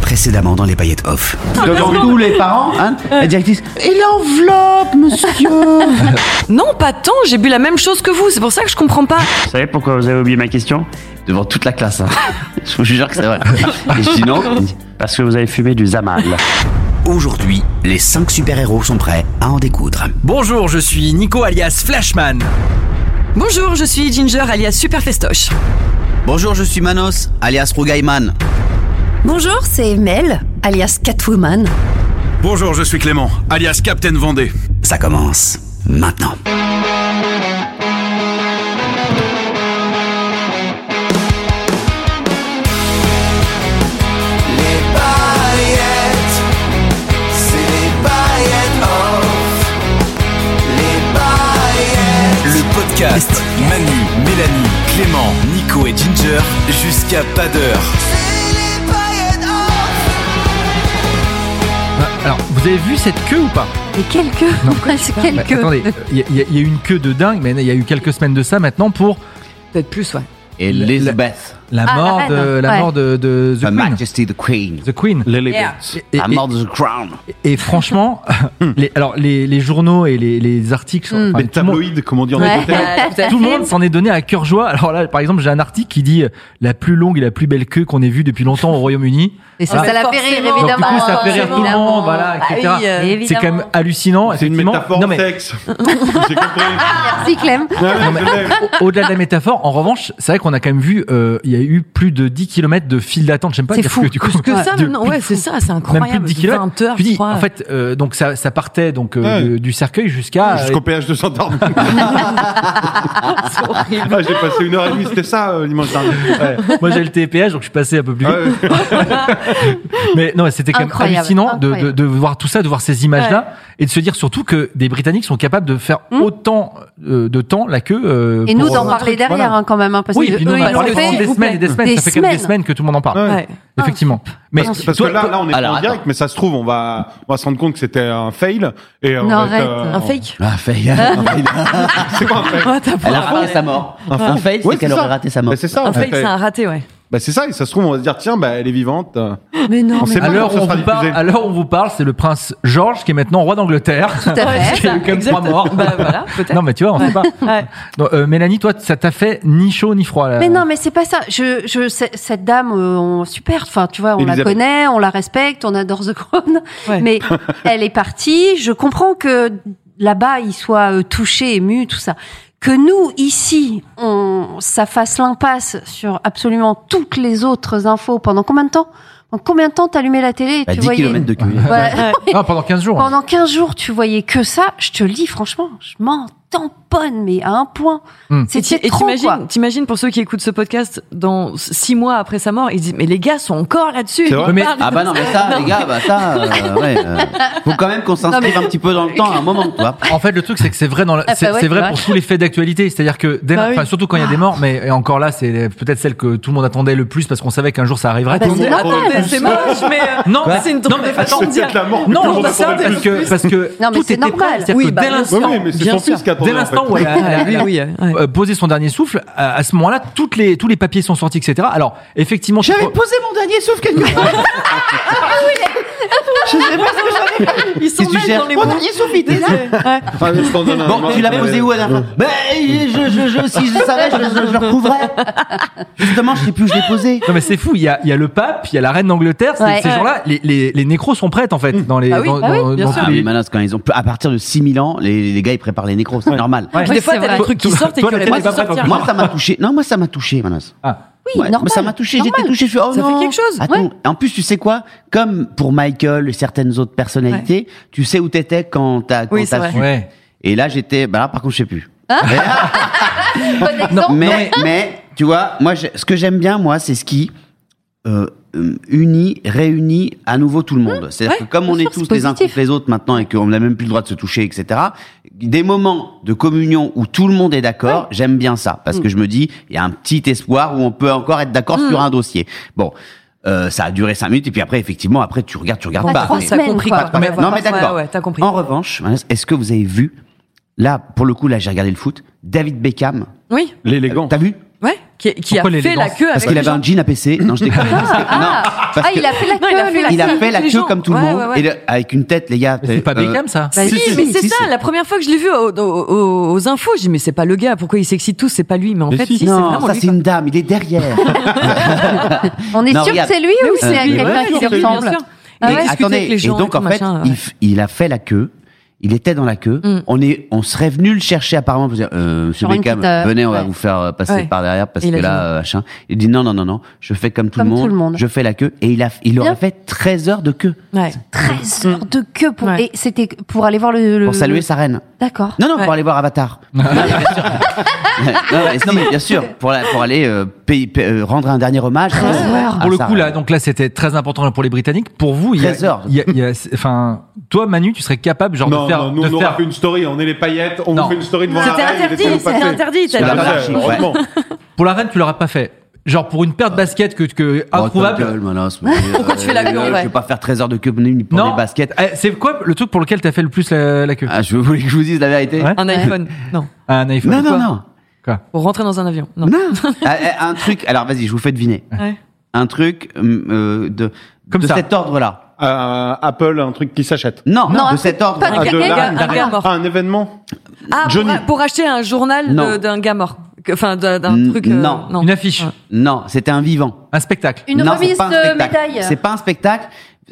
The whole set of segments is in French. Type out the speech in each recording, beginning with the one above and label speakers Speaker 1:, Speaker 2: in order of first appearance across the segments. Speaker 1: Précédemment dans les paillettes off.
Speaker 2: Devant tous les parents, hein, la directrice. Et l'enveloppe, monsieur
Speaker 3: Non, pas tant, j'ai bu la même chose que vous, c'est pour ça que je comprends pas.
Speaker 2: Vous savez pourquoi vous avez oublié ma question Devant toute la classe. hein. Je vous jure que c'est vrai. Et je dis non. Parce que vous avez fumé du Zamal.
Speaker 1: Aujourd'hui, les 5 super-héros sont prêts à en découdre.
Speaker 4: Bonjour, je suis Nico alias Flashman.
Speaker 3: Bonjour, je suis Ginger alias Super Festoche.
Speaker 1: Bonjour, je suis Manos, alias Rougaïman.
Speaker 5: Bonjour, c'est Mel, alias Catwoman.
Speaker 6: Bonjour, je suis Clément, alias Captain Vendée.
Speaker 1: Ça commence maintenant.
Speaker 7: Le podcast Manu, Mélanie, Clément, Nico et Ginger jusqu'à pas d'heure.
Speaker 8: Ah, Alors, vous avez vu cette queue ou pas
Speaker 5: Et quelques. Ouais, c'est
Speaker 8: Bah,
Speaker 5: quelques.
Speaker 8: Attendez, il y, a- il y a- il y a eu une queue de dingue, mais il y a eu quelques semaines de ça maintenant pour
Speaker 3: Peut-être plus, ouais.
Speaker 2: Et Lisbeth.
Speaker 8: la
Speaker 5: Ah, la
Speaker 8: mort, de,
Speaker 5: reine,
Speaker 8: la
Speaker 5: ouais.
Speaker 8: mort de, de The
Speaker 2: Her
Speaker 8: Queen.
Speaker 2: Majesty the Queen.
Speaker 8: The Queen.
Speaker 6: Lily
Speaker 3: Yeah.
Speaker 6: Bits.
Speaker 8: Et,
Speaker 2: La mort de The Crown.
Speaker 8: et- et franchement, les, alors les, les journaux et les, les articles
Speaker 5: Mm.
Speaker 8: sont. enfin,
Speaker 6: Les
Speaker 8: tout le monde-
Speaker 6: tabloïdes, comme on dit en
Speaker 5: Ouais.
Speaker 6: Angleterre.
Speaker 8: tout le monde s'en est donné à cœur joie. Alors là, par exemple, j'ai un article qui dit euh, la plus longue et la plus belle queue qu'on ait vue depuis longtemps au Royaume-Uni.
Speaker 5: Et ça,
Speaker 8: Ah,
Speaker 5: ça l'a fait
Speaker 3: forcément.
Speaker 5: rire,
Speaker 3: Donc,
Speaker 5: évidemment.
Speaker 8: Donc du coup, ça fait rire tout le monde, voilà,
Speaker 3: Bah
Speaker 8: etc.
Speaker 3: oui, euh,
Speaker 8: C'est quand même hallucinant.
Speaker 6: C'est une
Speaker 8: effectivement.
Speaker 6: métaphore
Speaker 8: Non, mais-
Speaker 6: sexe. J'ai compris.
Speaker 2: Ah,
Speaker 5: Merci, Clem.
Speaker 6: Non, mais je l'aime.
Speaker 8: Au- Au-delà de la métaphore, en revanche, c'est vrai qu'on a quand même vu, euh, il y a eu plus de 10 km de file d'attente. J'aime pas
Speaker 3: C'est
Speaker 8: dire
Speaker 3: fou.
Speaker 8: que, du coup,
Speaker 3: Plus que ça,
Speaker 8: de-
Speaker 3: maintenant, ouais, c'est ça, c'est
Speaker 8: même plus de
Speaker 3: incroyable.
Speaker 8: 10 km.
Speaker 3: 20 heures,
Speaker 8: tu dis,
Speaker 3: je crois.
Speaker 8: en fait, euh, donc ça, ça partait donc euh,
Speaker 6: Ouais.
Speaker 8: de- du cercueil
Speaker 2: ah,
Speaker 8: jusqu'à.
Speaker 6: Jusqu'au péage de Santarme.
Speaker 3: c'est horrible.
Speaker 6: Ah, J'ai passé une heure et demie, c'était ça euh, dimanche dernier. Ouais.
Speaker 8: euh, moi j'ai le TPH donc je suis passé un peu plus vite.
Speaker 6: Ouais.
Speaker 8: Mais non, c'était quand même
Speaker 5: Incroyable,
Speaker 8: hallucinant de, de,
Speaker 5: incroyable.
Speaker 8: de voir tout ça, de voir ces images-là et de se dire surtout que des Britanniques sont capables de faire
Speaker 3: Hum.
Speaker 8: autant euh, de temps la queue. euh,
Speaker 5: Et nous
Speaker 8: pour,
Speaker 5: d'en
Speaker 8: euh,
Speaker 5: parler derrière,
Speaker 8: voilà.
Speaker 5: hein, quand même, hein, parce
Speaker 8: Oui,
Speaker 5: que
Speaker 8: et puis nous,
Speaker 5: eux,
Speaker 8: on a
Speaker 5: ils l'ont
Speaker 8: parlé pendant
Speaker 5: fait.
Speaker 8: des semaines et des semaines.
Speaker 5: Des
Speaker 8: ça fait quand même des
Speaker 5: semaines.
Speaker 8: semaines que tout le monde en parle.
Speaker 6: Ouais.
Speaker 3: Ouais.
Speaker 8: Effectivement. Mais
Speaker 6: Parce, parce que
Speaker 8: toi-
Speaker 6: là, là, on est pas
Speaker 2: Alors,
Speaker 6: en direct, mais ça se trouve, on va, on va se rendre compte que c'était un fail. Et on va
Speaker 5: Non,
Speaker 6: être,
Speaker 5: arrête.
Speaker 6: euh,
Speaker 3: Un fake
Speaker 1: Ah, fail.
Speaker 6: C'est quoi un fail
Speaker 3: Ouais, t'as
Speaker 2: Elle
Speaker 3: pas-
Speaker 2: a raté sa mort. Un fail,
Speaker 6: Ouais,
Speaker 2: c'est qu'elle
Speaker 6: ça.
Speaker 2: aurait raté sa mort.
Speaker 6: Bah, c'est ça.
Speaker 3: Un
Speaker 6: en fait.
Speaker 3: fake, c'est un raté, ouais.
Speaker 6: Bah, c'est ça. Et ça se trouve, on va se dire, tiens, bah, elle est vivante. euh,
Speaker 3: Mais non,
Speaker 6: On sait
Speaker 8: À
Speaker 6: pas
Speaker 8: l'heure
Speaker 6: quand
Speaker 8: où,
Speaker 6: ça
Speaker 8: on
Speaker 6: sera
Speaker 8: vous parle-
Speaker 6: diffusé.
Speaker 8: à l'heure où on vous parle, c'est le prince George qui est maintenant roi d'Angleterre. Tout
Speaker 5: à fait.
Speaker 8: Il y a eu quand même trois morts.
Speaker 3: Bah voilà, peut-être.
Speaker 8: Non, mais tu vois, on sait pas.
Speaker 3: Ouais.
Speaker 8: Donc, euh, Mélanie, toi, ça t'a fait ni chaud ni froid. Là.
Speaker 5: Mais non, mais c'est pas ça. Je, je, c'est- cette dame, euh, on, super. Enfin, tu vois, on la
Speaker 6: Elisabeth.
Speaker 5: connaît, on la respecte, on adore The Crown.
Speaker 3: Ouais.
Speaker 5: Mais elle est partie. Je comprends que là-bas, ils soient euh, touchés, émus, tout ça. Que nous, ici, on, ça fasse l'impasse sur absolument toutes les autres infos. Pendant combien de temps? En combien de temps t'allumais la télé et
Speaker 2: Bah,
Speaker 5: tu
Speaker 2: 10
Speaker 5: voyais?
Speaker 2: km de queue.
Speaker 5: Voilà.
Speaker 8: Ah, pendant 15 jours.
Speaker 5: Pendant 15 jours, tu voyais que ça. Je te le dis, franchement, je m'en tamponne, mais à un point.
Speaker 8: Hmm.
Speaker 3: Et ti-
Speaker 5: C'était
Speaker 3: et
Speaker 5: trop, quoi.
Speaker 3: t'imagines, t'imagines pour ceux qui écoutent ce podcast, dans six mois après sa mort, ils disent mais les gars sont encore là-dessus.
Speaker 6: C'est
Speaker 3: ils
Speaker 6: vrai
Speaker 8: Mais-
Speaker 3: parlent de
Speaker 2: Ah bah non mais ça
Speaker 3: Non.
Speaker 2: les gars bah ça euh, ouais euh, faut quand même qu'on s'inscrive un petit peu dans le temps à un moment tu vois.
Speaker 8: En fait, le truc, c'est que c'est vrai, dans la-
Speaker 5: Ah, bah
Speaker 8: c'est
Speaker 5: ouais,
Speaker 8: c'est vrai
Speaker 5: c'est
Speaker 8: pour
Speaker 5: vrai.
Speaker 8: tous les faits d'actualité. C'est-à-dire que, dès la-
Speaker 3: Bah oui.
Speaker 8: enfin, surtout quand il y a des morts, mais et encore là, c'est peut-être celle que tout le monde attendait le plus parce qu'on savait qu'un jour ça arriverait.
Speaker 5: Bah,
Speaker 8: Tout le
Speaker 5: c'est
Speaker 8: monde-
Speaker 3: Attendez,
Speaker 5: normal.
Speaker 3: c'est moche, mais euh,
Speaker 8: Non, mais-
Speaker 3: c'est une
Speaker 8: non,
Speaker 3: drôle
Speaker 8: mais
Speaker 3: de façon
Speaker 8: attends,
Speaker 3: de
Speaker 6: C'est
Speaker 3: dire.
Speaker 6: peut-être la mort. que tout
Speaker 8: Non,
Speaker 6: le
Speaker 8: je
Speaker 6: monde
Speaker 8: dis ça
Speaker 6: attendait le
Speaker 8: parce
Speaker 6: plus.
Speaker 8: que, parce que
Speaker 5: Non, mais
Speaker 8: tout
Speaker 5: c'est
Speaker 8: était
Speaker 5: normal.
Speaker 8: prêt. C'est-à-dire
Speaker 3: Oui,
Speaker 8: que
Speaker 3: bah,
Speaker 8: dès
Speaker 3: bien
Speaker 8: l'instant,
Speaker 6: Oui, oui, mais c'est
Speaker 3: Bien
Speaker 6: son fils
Speaker 3: sûr.
Speaker 6: qui attendait.
Speaker 8: dès
Speaker 6: en fait.
Speaker 8: l'instant où elle a, elle a-
Speaker 3: Ouais, oui, ouais, ouais.
Speaker 8: euh, posé son dernier souffle, à, à ce moment-là, toutes les, tous les papiers sont sortis, etc. Alors, effectivement, tu pro-
Speaker 2: posé mon dernier souffle quelque part. Je sais pas ce que j'avais
Speaker 3: Ils sont
Speaker 2: Si tu
Speaker 3: mal
Speaker 2: cherches-
Speaker 3: dans les
Speaker 2: Mon
Speaker 3: bras.
Speaker 2: dernier souffle il était là.
Speaker 6: Ah, je t'en donne un.
Speaker 2: Bon, tu l'as posé où à la fin Ben, je, je, je, si je savais, je, je, je le retrouverais. Justement, je sais plus où je l'ai posé.
Speaker 8: Non mais c'est fou, il y a, il y a le pape, il y a la reine d'Angleterre, c'est-
Speaker 5: Ouais.
Speaker 8: ces
Speaker 5: Ouais.
Speaker 8: gens-là, les, les, les nécros sont prêtes en fait
Speaker 6: Mm.
Speaker 8: dans les...
Speaker 3: Bah oui,
Speaker 8: dans,
Speaker 3: bah oui,
Speaker 8: dans-
Speaker 3: bien
Speaker 8: dans
Speaker 3: sûr.
Speaker 8: tous
Speaker 2: Ah,
Speaker 8: les-
Speaker 2: mais Manos, quand ils ont, à partir de 6000 ans, les, les gars, ils préparent les nécros, c'est normal.
Speaker 8: Ouais.
Speaker 3: Ah, Des fois,
Speaker 5: c'est
Speaker 3: t'as des
Speaker 5: vrai.
Speaker 3: trucs qui
Speaker 8: Toi,
Speaker 3: sortent et
Speaker 8: toi,
Speaker 3: que
Speaker 8: la
Speaker 3: les
Speaker 8: télé
Speaker 3: pas
Speaker 8: va pas
Speaker 3: sortir.
Speaker 8: sortir.
Speaker 2: Moi, ça m'a touché. Non, moi, ça m'a touché, Manos.
Speaker 8: Ah.
Speaker 5: Oui, normal.
Speaker 2: mais ça m'a touché, j'étais
Speaker 5: normal.
Speaker 2: touché. Je suis, oh
Speaker 3: Ça fait
Speaker 2: non.
Speaker 3: quelque chose,
Speaker 2: Attends,
Speaker 5: ouais.
Speaker 2: en plus, tu sais quoi Comme pour Michael et certaines autres personnalités, tu sais où t'étais quand t'as quand
Speaker 3: Oui, c'est
Speaker 2: t'as
Speaker 3: vrai.
Speaker 2: su.
Speaker 8: Ouais.
Speaker 2: Et là, j'étais. Bah là, par contre, je sais plus.
Speaker 5: Bon exemple.
Speaker 2: Mais, mais, tu vois, moi, j'ai- ce que j'aime bien, moi, c'est ce qui euh, euh, unit, réunit à nouveau tout le monde. C'est-à-dire
Speaker 5: Mmh. ouais,
Speaker 2: que comme
Speaker 5: bien
Speaker 2: on est
Speaker 5: sûr,
Speaker 2: tous
Speaker 5: c'est
Speaker 2: les uns
Speaker 5: positif.
Speaker 2: contre les autres maintenant et qu'on n'a même plus le droit de se toucher, etc., des moments de communion où tout le monde est d'accord, j'aime bien ça. Parce que
Speaker 5: Mmh.
Speaker 2: je me dis, il y a un petit espoir où on peut encore être d'accord sur un dossier. Bon. euh, ça a duré cinq minutes et puis après effectivement après tu regardes tu regardes
Speaker 5: Pas
Speaker 2: pas
Speaker 5: Ah, trois
Speaker 2: mais-
Speaker 3: t'as
Speaker 5: semaines,
Speaker 3: compris
Speaker 5: quoi.
Speaker 3: quoi.
Speaker 5: Non,
Speaker 3: Ouais,
Speaker 5: mais-
Speaker 3: voilà.
Speaker 2: non, mais d'accord.
Speaker 3: Ouais, ouais, t'as compris.
Speaker 2: En revanche, Manès, est-ce que vous avez vu, là, pour le coup, là, j'ai regardé le foot, David Beckham.
Speaker 3: Oui,
Speaker 6: L'élégant.
Speaker 2: T'as vu
Speaker 3: ouais. Qui, qui
Speaker 8: Pourquoi
Speaker 3: a fait la
Speaker 8: l'élégance
Speaker 3: queue
Speaker 2: Parce
Speaker 3: avec
Speaker 2: qu'il
Speaker 3: les
Speaker 2: avait
Speaker 3: gens.
Speaker 2: un jean APC. Non, je déconne. parce que- non, parce
Speaker 5: Ah, il a fait la queue,
Speaker 3: Non, il a fait
Speaker 5: lui,
Speaker 3: la
Speaker 5: là.
Speaker 2: il a
Speaker 3: queue
Speaker 2: fait la
Speaker 3: avec les
Speaker 2: queue
Speaker 3: gens.
Speaker 2: comme tout le
Speaker 3: Ouais,
Speaker 2: monde,
Speaker 3: ouais, ouais.
Speaker 2: et le- avec une tête, les gars.
Speaker 8: Mais c'est pas
Speaker 2: euh,
Speaker 8: Beckham, ça
Speaker 3: Bah
Speaker 2: Si,
Speaker 3: si,
Speaker 2: si,
Speaker 3: mais
Speaker 2: si,
Speaker 3: c'est
Speaker 2: si,
Speaker 3: ça,
Speaker 2: c'est-
Speaker 3: la première fois que je l'ai vu au- au- au- aux infos, j'ai dit mais c'est pas le gars, pourquoi il s'excite tous, c'est pas lui, mais en
Speaker 6: Mais
Speaker 3: fait
Speaker 6: si.
Speaker 3: si, c'est
Speaker 2: Non,
Speaker 3: vraiment
Speaker 2: ça
Speaker 3: lui.
Speaker 2: c'est une dame, il est derrière.
Speaker 5: On est
Speaker 2: Non,
Speaker 5: sûr que
Speaker 2: regarde.
Speaker 5: c'est lui ou c'est
Speaker 2: c'est lui,
Speaker 5: quelqu'un
Speaker 3: ouais,
Speaker 5: qui
Speaker 3: c'est
Speaker 5: lui
Speaker 3: lui, bien
Speaker 5: ressemble
Speaker 3: sûr.
Speaker 5: Ah
Speaker 3: Il
Speaker 5: ouais.
Speaker 3: a discuté
Speaker 2: Attendez,
Speaker 3: avec les
Speaker 2: et
Speaker 3: gens
Speaker 2: donc
Speaker 3: tout
Speaker 2: en fait,
Speaker 3: machin,
Speaker 2: il,
Speaker 3: ouais.
Speaker 2: f- il a fait la queue. Il était dans la queue.
Speaker 3: Mm.
Speaker 2: On est, on serait venu le chercher apparemment. Pour dire, euh, Monsieur
Speaker 5: Sur une
Speaker 2: Beckham,
Speaker 5: petite, euh,
Speaker 2: venez, on va
Speaker 5: ouais.
Speaker 2: vous faire euh, passer
Speaker 3: Ouais.
Speaker 2: par derrière parce
Speaker 3: Et il
Speaker 2: que
Speaker 3: a dit
Speaker 2: là, euh, machin. Il dit non, non, non, non. Je fais comme tout,
Speaker 5: Comme
Speaker 2: le, monde,
Speaker 5: tout le monde.
Speaker 2: Je fais la queue et il a, il
Speaker 5: Bien.
Speaker 2: aurait fait 13 heures de queue
Speaker 5: 13 heures de queue pour
Speaker 3: Ouais.
Speaker 5: et c'était pour aller voir le, le-
Speaker 2: pour saluer sa reine.
Speaker 5: D'accord.
Speaker 2: Non, non,
Speaker 3: Ouais.
Speaker 2: pour aller voir Avatar. non, mais bien sûr. non, mais si, bien sûr, pour, la- pour aller euh, payer- pa- euh, rendre un dernier hommage. Ah,
Speaker 5: Treize
Speaker 2: à-
Speaker 5: heures.
Speaker 2: à
Speaker 5: Pour
Speaker 6: Ah,
Speaker 8: Pour le
Speaker 2: sa
Speaker 8: coup, là,
Speaker 2: reine.
Speaker 8: donc là, c'était très important pour les Britanniques. Pour vous, il y a,
Speaker 2: 13 heures.
Speaker 8: il y a- il y a- c'est- enfin, toi, Manu, tu serais capable, genre,
Speaker 6: Non,
Speaker 8: de faire,
Speaker 6: non, nous,
Speaker 8: de
Speaker 6: on aura
Speaker 8: faire-
Speaker 6: fait une story, on est les paillettes, on
Speaker 8: Non.
Speaker 6: vous fait une story devant la
Speaker 3: C'était
Speaker 6: reine,
Speaker 3: interdit,
Speaker 6: laissez-nous
Speaker 3: c'était
Speaker 6: passer.
Speaker 3: interdit, t'as
Speaker 6: C'est
Speaker 2: dit.
Speaker 6: interdit,
Speaker 2: Ouais.
Speaker 6: heureusement.
Speaker 8: pour la reine, tu l'auras pas fait. Genre, pour une paire
Speaker 6: Ah.
Speaker 8: de baskets que, que,
Speaker 2: Oh, ta
Speaker 8: improuvable.
Speaker 2: gueule, Manos, mais,
Speaker 3: Pourquoi tu fais la
Speaker 2: euh,
Speaker 3: queue,
Speaker 2: Je
Speaker 3: ouais.
Speaker 2: vais pas faire 13 heures de queue ni pour les baskets.
Speaker 8: Eh, c'est quoi le truc pour lequel t'as fait le plus la, la queue
Speaker 2: Ah, je voulais que je vous dise la vérité.
Speaker 8: Ouais.
Speaker 3: Un iPhone, non.
Speaker 8: Un iPhone
Speaker 2: Non,
Speaker 8: quoi
Speaker 2: non, non.
Speaker 8: Quoi
Speaker 3: Pour rentrer dans un avion, non.
Speaker 2: Ah, ah, un truc, alors vas-y, je vous fais deviner.
Speaker 3: Ouais.
Speaker 2: Un truc euh, de,
Speaker 8: Comme
Speaker 2: de
Speaker 8: ça.
Speaker 2: cet ordre-là.
Speaker 6: Euh, Apple, un truc qui s'achète.
Speaker 2: Non,
Speaker 5: Non, un
Speaker 2: de
Speaker 5: truc
Speaker 2: cet ordre.
Speaker 5: pas de
Speaker 6: Ah, de
Speaker 5: quelqu'un
Speaker 6: la-
Speaker 5: qui-
Speaker 3: Un gars mort.
Speaker 6: Ah, un événement
Speaker 3: Ah, pour-
Speaker 6: Johnny.
Speaker 3: pour, acheter un journal
Speaker 2: Non.
Speaker 3: de- d'un gars mort. Que- Enfin, d'un d'un
Speaker 2: N-
Speaker 3: truc. euh,
Speaker 2: non.
Speaker 3: non.
Speaker 8: Une affiche,
Speaker 3: Ouais.
Speaker 2: Non, c'était un vivant.
Speaker 8: un spectacle.
Speaker 5: Une
Speaker 2: Non,
Speaker 5: remise
Speaker 2: c'est pas un
Speaker 5: de
Speaker 2: spectacle.
Speaker 5: médaille.
Speaker 2: C'est pas un spectacle.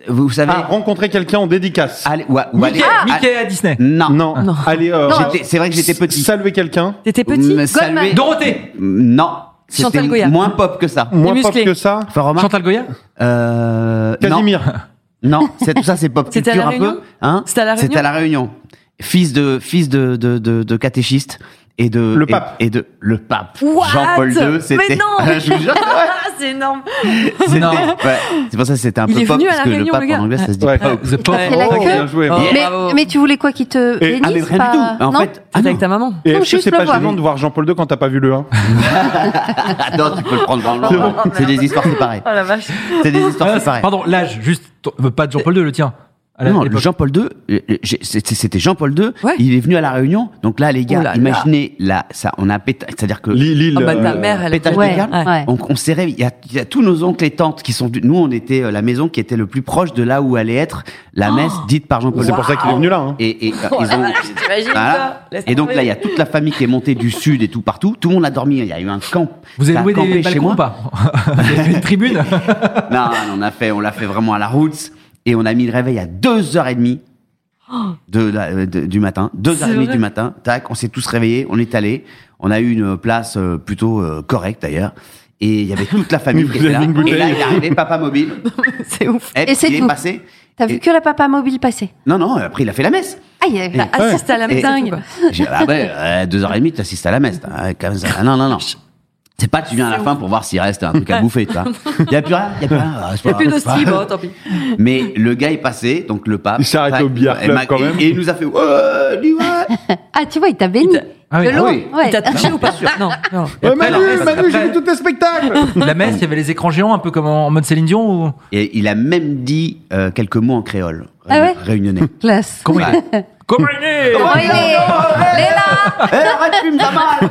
Speaker 2: Vous savez.
Speaker 6: Ah, rencontrer quelqu'un en dédicace.
Speaker 2: allez, ouais, ou
Speaker 8: Mickey,
Speaker 2: allez- allez-
Speaker 8: Mickey à Disney.
Speaker 2: Ah, Non.
Speaker 6: Non.
Speaker 3: Non.
Speaker 6: Allez, euh,
Speaker 2: J'étais- C'est vrai que j'étais petit.
Speaker 6: Saluer quelqu'un.
Speaker 3: T'étais petit
Speaker 2: Me
Speaker 5: Goldman.
Speaker 2: saluer-
Speaker 8: Dorothée
Speaker 2: Non.
Speaker 3: Chantal
Speaker 2: C'était
Speaker 3: Goya.
Speaker 2: Moins pop que ça.
Speaker 6: Moins pop
Speaker 3: musclés.
Speaker 6: que ça.
Speaker 2: Faut remarquer-
Speaker 8: Chantal Goya
Speaker 2: Euh, non.
Speaker 6: Casimir.
Speaker 2: Non, c'est tout ça, c'est pop
Speaker 3: C'était à
Speaker 2: culture
Speaker 3: La
Speaker 2: un
Speaker 3: Réunion
Speaker 2: peu. Hein
Speaker 3: C'était à La
Speaker 2: C'était à la Réunion. Fils de fils de de de, de catéchiste et de
Speaker 6: Le
Speaker 2: et-
Speaker 6: pape.
Speaker 2: et, de le pape
Speaker 3: What
Speaker 2: Jean-Paul II.
Speaker 3: Mais
Speaker 2: C'était.
Speaker 3: non
Speaker 2: Je vous jure,
Speaker 3: Ah, c'est énorme.
Speaker 2: c'était-
Speaker 8: Non.
Speaker 2: ouais, c'est pour ça que c'était un
Speaker 3: Il
Speaker 2: peu
Speaker 3: est
Speaker 2: pop
Speaker 3: venu à
Speaker 2: parce
Speaker 3: La
Speaker 2: que le
Speaker 3: Réunion,
Speaker 2: pape
Speaker 3: le gars.
Speaker 2: en anglais ça se dit.
Speaker 6: Ouais.
Speaker 8: The Pop.
Speaker 5: C'est la
Speaker 6: Oh,
Speaker 5: queue.
Speaker 6: bien joué.
Speaker 3: Oh,
Speaker 5: Mais,
Speaker 3: bravo.
Speaker 5: mais tu voulais quoi qui te
Speaker 6: Et-
Speaker 2: Ah mais
Speaker 5: bénisse
Speaker 2: rien
Speaker 5: pas-
Speaker 2: du tout. En
Speaker 5: non
Speaker 2: fait, ah,
Speaker 3: T'étais
Speaker 2: non.
Speaker 3: avec ta maman.
Speaker 6: Et
Speaker 5: Non,
Speaker 6: est-ce que
Speaker 5: juste
Speaker 6: c'est
Speaker 5: le
Speaker 6: pas
Speaker 5: voir.
Speaker 6: gênant de voir Jean-Paul II quand t'as pas vu le 1
Speaker 2: non, tu peux le prendre dans le long. C'est des histoires séparées.
Speaker 3: Oh, la vache.
Speaker 2: C'est des histoires
Speaker 8: Ah,
Speaker 2: séparées.
Speaker 8: Pardon, l'âge, juste, ton- euh, pas de Jean-Paul II, le tien. À la-
Speaker 2: Non, le
Speaker 8: l'époque.
Speaker 2: Jean-Paul II, euh, euh, j'ai- c'était c'était Jean-Paul II.
Speaker 3: Ouais.
Speaker 2: Il est venu à la Réunion. Donc là, les gars,
Speaker 3: Oh là là.
Speaker 2: imaginez là, ça, on a péta- c'est-à-dire que
Speaker 6: Lille, Lille.
Speaker 3: Ah bah, ta
Speaker 6: euh,
Speaker 3: mère, elle
Speaker 2: pétage
Speaker 5: Ouais,
Speaker 2: de Bah, câble.
Speaker 5: ouais.
Speaker 2: On, on s'est réveillé. Il y a- il y, a tous nos oncles et tantes qui sont venus. Nous, on était euh, la maison qui était le plus proche de là où allait être la messe dite par Jean-Paul.
Speaker 6: C'est pour ça qu'il est venu là. hein.
Speaker 2: Et, et, euh, ils ont- Voilà. Et donc là, il y a toute la famille qui est montée du sud et tout partout. Tout le monde a dormi. Il y a eu un camp.
Speaker 8: Vous
Speaker 2: Ça a
Speaker 8: avez loué
Speaker 2: campé
Speaker 8: des
Speaker 2: chez
Speaker 8: balcons ou
Speaker 2: moi.
Speaker 8: pas Vous avez loué une tribune
Speaker 2: Non, on a fait, on l'a fait vraiment à la route. Et on a mis le réveil à 2h30 de, la- euh, de- du matin.
Speaker 3: C'est
Speaker 2: 2h30
Speaker 3: vrai
Speaker 2: du matin. Tac, on s'est tous réveillés, on est allés. On a eu une place euh, plutôt euh, correcte d'ailleurs. Et il y avait toute la famille
Speaker 6: Vous
Speaker 2: qui était
Speaker 6: avez
Speaker 2: là.
Speaker 6: mis une
Speaker 2: Et là, il est
Speaker 6: bouteille.
Speaker 2: arrivé, papa mobile.
Speaker 3: C'est ouf.
Speaker 2: Et,
Speaker 5: Et c'est
Speaker 2: il est
Speaker 5: tout.
Speaker 2: passé.
Speaker 5: T'as
Speaker 2: Et-
Speaker 5: vu que la papa mobile passer
Speaker 2: Non, non, après il a fait la messe.
Speaker 5: Ah, il y avait
Speaker 3: T'as assisté à la
Speaker 2: Et-
Speaker 3: dingue.
Speaker 2: J'ai dit, ah ouais, euh, deux heures et demie, t'assistes à la messe. t'as- ah, comme ça. Ah non, non, non. C'est pas que tu viens à la fin pour voir s'il reste un truc à bouffer, tu vois. Il y a plus rien, il y a plus rien. Ah, c'est pas
Speaker 3: Y'a plus
Speaker 2: grave,
Speaker 3: de
Speaker 2: c'est pas
Speaker 3: style,
Speaker 2: grave.
Speaker 3: bon, tant pis.
Speaker 2: Mais le gars est passé, donc le pape.
Speaker 6: Il s'est arrêté au billard
Speaker 2: Et
Speaker 6: club,
Speaker 2: ma-
Speaker 6: quand même.
Speaker 2: Et, et il nous a fait, ouais, dis ouais.
Speaker 5: Ah, tu vois, il t'a béni.
Speaker 8: Ah oui.
Speaker 5: de
Speaker 8: Ah
Speaker 5: l'eau.
Speaker 2: oui.
Speaker 5: ouais.
Speaker 3: Et T'as touché ou pas Non. non.
Speaker 8: Et
Speaker 6: Euh,
Speaker 8: après,
Speaker 6: Manu,
Speaker 8: alors,
Speaker 6: Manu, j'ai
Speaker 8: après-
Speaker 6: vu tous tes spectacles
Speaker 8: La messe, il y avait les écrans géants, un peu comme en en mode Céline Dion ou...
Speaker 2: Et il a même dit euh, quelques mots en créole.
Speaker 5: Ah ouais
Speaker 2: Réunionnais.
Speaker 5: Classe.
Speaker 8: Comment il est Comment
Speaker 3: Mmh.
Speaker 8: il est
Speaker 5: Oh, il est- il est là
Speaker 2: Eh, arrête, fume ta mal!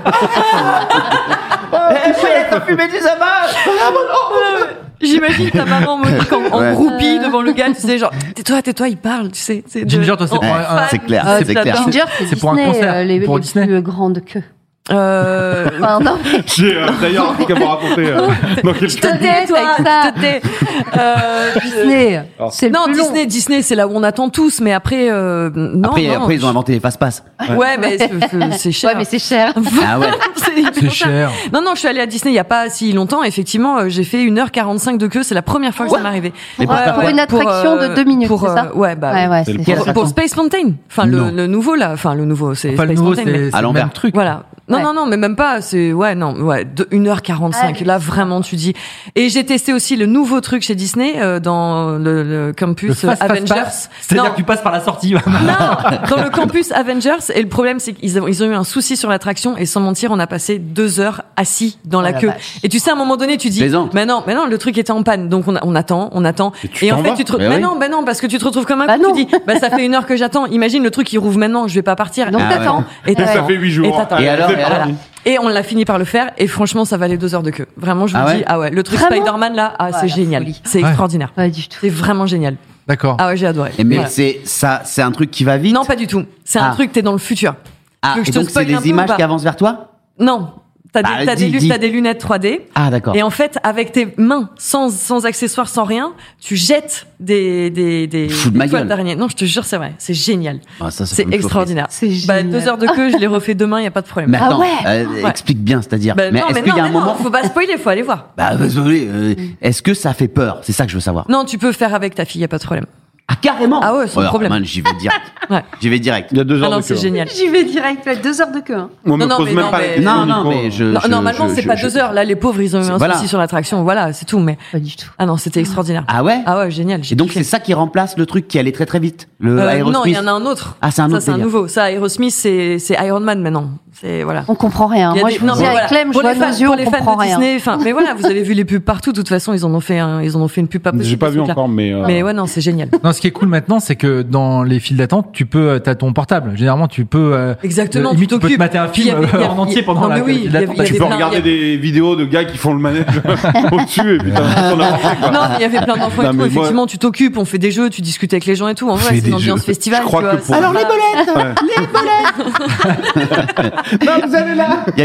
Speaker 2: Eh, fais t'as fumé du sabbat! Ah, bon, non.
Speaker 3: J'imagine ta maman Monique en, en
Speaker 2: Ouais.
Speaker 3: groupie devant le gars, tu sais, genre, tais-toi, tais-toi, il parle, tu sais. c'est de-
Speaker 8: Ginger, toi, c'est
Speaker 3: en-
Speaker 8: pour un-
Speaker 3: fan.
Speaker 2: c'est clair,
Speaker 3: Ah,
Speaker 2: c'est clair.
Speaker 3: j'adore.
Speaker 5: Ginger, c'est
Speaker 8: C'est pour un
Speaker 5: Disney,
Speaker 8: concert,
Speaker 5: euh, les,
Speaker 8: pour
Speaker 5: les
Speaker 8: Disney.
Speaker 5: plus grandes queues.
Speaker 3: Euh,
Speaker 5: Pardon, mais
Speaker 6: J'ai euh, d'ailleurs un truc à vous raconter. euh, dans quelques-
Speaker 5: te tais,
Speaker 3: tais-toi,
Speaker 5: avec ça.
Speaker 3: te tais. Euh,
Speaker 5: Disney, c'est le
Speaker 3: non,
Speaker 5: plus long.
Speaker 3: Disney, Disney, c'est là où on attend tous, mais après, euh, non,
Speaker 2: Après,
Speaker 3: non.
Speaker 2: après, ils ont inventé les passe-passe.
Speaker 3: Ouais, mais c'est- c'est cher.
Speaker 5: Ouais, mais c'est cher.
Speaker 2: Ah ouais.
Speaker 3: C'est
Speaker 8: C'est
Speaker 3: pour ça.
Speaker 8: cher.
Speaker 3: Non, non, je suis allée à Disney il n'y a pas si longtemps. Effectivement, euh, j'ai fait 1h45 de queue. C'est la première fois que ça m'est arrivé.
Speaker 2: Mais pour faire quoi
Speaker 5: Pour euh, une attraction de deux minutes,
Speaker 3: euh, pour,
Speaker 5: c'est ça
Speaker 3: euh, Ouais, bah.
Speaker 5: Ouais, ouais,
Speaker 6: C'est le
Speaker 5: c'est
Speaker 3: Pour,
Speaker 2: Quelle
Speaker 3: pour Space Mountain. Enfin,
Speaker 2: Non.
Speaker 3: le, le nouveau, là. Enfin, le nouveau, c'est
Speaker 8: Enfin, le
Speaker 3: Space
Speaker 8: nouveau,
Speaker 3: Mountain. mais-
Speaker 8: c'est c'est
Speaker 2: À
Speaker 8: le
Speaker 2: l'envers.
Speaker 8: même truc.
Speaker 3: Voilà. Non,
Speaker 5: Ouais.
Speaker 3: non, non, mais même pas. C'est ouais, non, ouais, de 1h45.
Speaker 5: Ah oui.
Speaker 3: là, vraiment, tu dis. Et j'ai testé aussi le nouveau truc chez Disney euh, dans le, le
Speaker 8: Le
Speaker 3: campus
Speaker 8: fast, fast,
Speaker 3: Avengers.
Speaker 8: fast, C'est-à-dire
Speaker 3: Non.
Speaker 8: que tu passes par la sortie.
Speaker 3: Non, dans le campus Avengers. Et le problème, c'est qu'ils ont, ils ont eu un souci sur l'attraction. Et sans mentir, on a passé deux heures assis dans la
Speaker 5: Oh la
Speaker 3: queue.
Speaker 5: vache.
Speaker 3: Et tu sais, à un moment donné, tu dis,
Speaker 2: Plaisante.
Speaker 3: mais non, mais non, le truc était en panne. Donc on, a- on attend, on attend.
Speaker 6: Et tu t'en
Speaker 3: en fait,
Speaker 6: vas.
Speaker 3: tu te, re-
Speaker 2: Mais
Speaker 3: mais
Speaker 2: oui.
Speaker 3: non, bah non, parce que tu te retrouves comme un
Speaker 5: Bah
Speaker 3: con,
Speaker 5: non.
Speaker 3: Tu dis, bah ça fait une heure que j'attends. Imagine le truc, il rouvre maintenant, je vais pas partir.
Speaker 5: Donc
Speaker 2: Ah ouais.
Speaker 5: t'attends.
Speaker 3: Et
Speaker 6: Et ça
Speaker 3: t'attends.
Speaker 6: fait 8 jours.
Speaker 3: Et t'attends.
Speaker 2: Et alors,
Speaker 6: C'est
Speaker 2: et
Speaker 6: parti.
Speaker 2: alors
Speaker 3: Et on l'a fini par le faire. Et franchement, ça valait deux heures de queue. Vraiment, je vous
Speaker 2: Ah ouais
Speaker 3: dis, ah ouais, le truc
Speaker 5: Vraiment
Speaker 3: Spider-Man là, ah,
Speaker 5: Ouais,
Speaker 3: c'est
Speaker 5: la
Speaker 3: génial,
Speaker 5: folie.
Speaker 3: c'est
Speaker 8: Ouais.
Speaker 3: extraordinaire,
Speaker 5: Pas du tout.
Speaker 3: c'est vraiment génial.
Speaker 8: D'accord.
Speaker 3: Ah ouais, j'ai adoré.
Speaker 2: Et Mais
Speaker 3: Voilà.
Speaker 2: c'est ça, c'est un truc qui va vite.
Speaker 3: Non, pas du tout. C'est un
Speaker 2: Ah.
Speaker 3: truc, t'es dans le futur.
Speaker 2: Ah,
Speaker 3: Tu veux que
Speaker 2: et
Speaker 3: je te
Speaker 2: donc c'est
Speaker 3: spoil un peu
Speaker 2: des
Speaker 3: ou
Speaker 2: images
Speaker 3: pas
Speaker 2: qui avancent vers toi.
Speaker 3: Non, t'as
Speaker 2: Bah,
Speaker 3: des, t'as
Speaker 2: dis,
Speaker 3: des lu-
Speaker 2: dis.
Speaker 3: t'as des lunettes 3D.
Speaker 2: Ah d'accord.
Speaker 3: Et en fait, avec tes mains, sans, sans accessoires, sans rien, tu jettes des, des, des,
Speaker 2: Fous de ma
Speaker 3: des toiles
Speaker 2: gueule.
Speaker 3: d'araignée. Non, je te jure, c'est vrai. C'est génial.
Speaker 2: Ah, ça, ça peut
Speaker 3: c'est
Speaker 2: me chauffer.
Speaker 3: extraordinaire.
Speaker 5: C'est
Speaker 3: Bah,
Speaker 5: génial.
Speaker 3: deux heures de queue, je les refais demain, y a pas de problème.
Speaker 2: Mais attends,
Speaker 5: ouais.
Speaker 2: euh,
Speaker 3: Ah Ouais.
Speaker 2: explique bien, c'est-à-dire.
Speaker 3: Bah,
Speaker 2: mais
Speaker 3: non,
Speaker 2: est-ce
Speaker 3: mais
Speaker 2: qu'il y a
Speaker 3: non,
Speaker 2: un
Speaker 3: mais non,
Speaker 2: moment
Speaker 3: faut pas spoiler, faut aller voir.
Speaker 2: Bah, désolé, euh, est-ce que ça fait peur C'est ça que je veux savoir.
Speaker 3: Non, tu peux faire avec ta fille, y a pas de problème.
Speaker 2: Ah carrément.
Speaker 3: Ah ouais, sans
Speaker 2: alors,
Speaker 3: problème.
Speaker 2: man, j'y vais direct.
Speaker 3: Ouais.
Speaker 2: J'y vais direct.
Speaker 6: Il y a deux
Speaker 3: Ah
Speaker 6: heures
Speaker 3: non,
Speaker 6: de queue.
Speaker 3: c'est génial.
Speaker 5: J'y vais direct, ouais, deux heures de queue. hein.
Speaker 6: On
Speaker 3: Non,
Speaker 6: me
Speaker 3: non,
Speaker 6: pose
Speaker 3: mais
Speaker 6: même
Speaker 3: non,
Speaker 6: pas
Speaker 3: mais-
Speaker 6: la
Speaker 2: Non,
Speaker 6: question.
Speaker 2: non, mais je.
Speaker 3: Non,
Speaker 2: je-
Speaker 3: normalement,
Speaker 2: je-
Speaker 3: c'est
Speaker 2: je-
Speaker 3: pas
Speaker 2: je-
Speaker 3: deux heures. Là, les pauvres, ils ont eu un
Speaker 2: Voilà.
Speaker 3: souci sur l'attraction. Voilà, c'est tout. Mais
Speaker 5: Pas du tout.
Speaker 3: ah non, c'était extraordinaire.
Speaker 2: Ah ouais.
Speaker 3: Ah ouais, génial.
Speaker 2: Et
Speaker 3: j'ai
Speaker 2: donc
Speaker 3: kiffé.
Speaker 2: c'est ça qui remplace le truc qui allait très très vite. Le
Speaker 3: Euh,
Speaker 2: Aerosmith.
Speaker 3: non, il y en a un autre.
Speaker 2: Ah, c'est un autre
Speaker 3: Ça, c'est un
Speaker 2: délire.
Speaker 3: nouveau. Ça, Aerosmith, c'est c'est Iron Man maintenant. C'est voilà.
Speaker 5: On comprend rien.
Speaker 3: Il y a
Speaker 5: Moi,
Speaker 3: des-
Speaker 5: je vous
Speaker 3: non,
Speaker 5: dis
Speaker 3: mais
Speaker 5: avec
Speaker 3: voilà.
Speaker 5: Clem, je
Speaker 3: pour
Speaker 5: vois
Speaker 3: les
Speaker 5: nos
Speaker 3: fans,
Speaker 5: yeux,
Speaker 3: pour
Speaker 5: on
Speaker 3: les fans
Speaker 5: comprend
Speaker 3: de
Speaker 5: rien.
Speaker 3: Disney. Enfin, mais voilà, vous avez vu les pubs partout. De toute façon, ils en ont fait un, ils en ont fait une pub pas possible.
Speaker 6: J'ai pas
Speaker 3: ce
Speaker 6: vu
Speaker 3: truc-là.
Speaker 6: encore, mais. euh,
Speaker 3: Mais ouais, non, c'est génial.
Speaker 8: Non, ce qui est cool maintenant, c'est que dans les files d'attente, tu peux, euh, t'as ton portable. Généralement, tu peux. euh,
Speaker 3: Exactement.
Speaker 8: euh, limite, tu peux te
Speaker 3: t'occupes.
Speaker 8: mater un
Speaker 3: Puis il y
Speaker 8: film
Speaker 3: avait-
Speaker 6: euh,
Speaker 3: il y a-
Speaker 8: en entier pendant
Speaker 3: non,
Speaker 8: la
Speaker 3: mais oui,
Speaker 8: file
Speaker 3: il y
Speaker 8: d'attente.
Speaker 3: avait- il y
Speaker 6: Bah, Tu
Speaker 3: avait
Speaker 6: peux
Speaker 3: plein-
Speaker 6: regarder
Speaker 3: il y
Speaker 6: des vidéos de gars qui font le manège au-dessus et putain, on n'importe quoi.
Speaker 3: Non, mais il y avait plein d'enfants
Speaker 6: Non,
Speaker 3: et tout.
Speaker 6: mais moi-
Speaker 3: Effectivement, tu t'occupes, on fait des jeux, tu discutes avec les gens et tout. En
Speaker 6: Je
Speaker 3: vrai,
Speaker 6: fais
Speaker 3: c'est
Speaker 6: des
Speaker 3: une ambiance
Speaker 6: jeux.
Speaker 3: festival.
Speaker 6: Je crois
Speaker 3: tu vois,
Speaker 6: que pour-
Speaker 3: c'est
Speaker 6: Alors,
Speaker 3: pas-
Speaker 6: Ouais.
Speaker 2: Euh, Il y a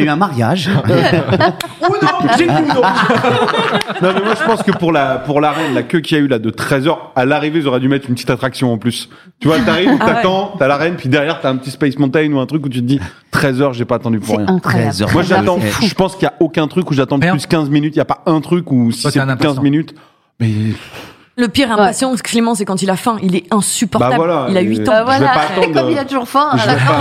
Speaker 2: eu un mariage.
Speaker 6: Non, mais moi, je pense que pour la, pour l'arène, la queue qu'il y a eu, là, de 13 heures, à l'arrivée, ils auraient dû mettre une petite attraction en plus. Tu vois, t'arrives,
Speaker 3: Ah ouais.
Speaker 6: t'attends, t'as l'arène, puis derrière, t'as un petit Space Mountain ou un truc où tu te dis, 13 heures, j'ai pas attendu pour
Speaker 5: C'est
Speaker 6: rien.
Speaker 5: incroyable.
Speaker 2: 13 heures.
Speaker 6: Moi, j'attends,
Speaker 2: Ouais.
Speaker 6: je pense qu'il y a aucun truc où j'attends
Speaker 8: Rien.
Speaker 6: plus 15 minutes. Il y a pas un truc où si
Speaker 8: Toi,
Speaker 6: c'est
Speaker 8: t'es un
Speaker 6: plus 15
Speaker 8: impatient.
Speaker 6: minutes, mais
Speaker 3: Le pire impatient, Clément, c'est quand il a faim. Il est insupportable.
Speaker 6: Bah voilà,
Speaker 3: il a
Speaker 6: et-
Speaker 3: 8
Speaker 6: Bah
Speaker 3: ans.
Speaker 5: Bah
Speaker 6: Je vais pas
Speaker 5: voilà,
Speaker 6: attendre.
Speaker 5: comme il a toujours faim, à
Speaker 6: Je
Speaker 5: la
Speaker 6: vais
Speaker 5: fin.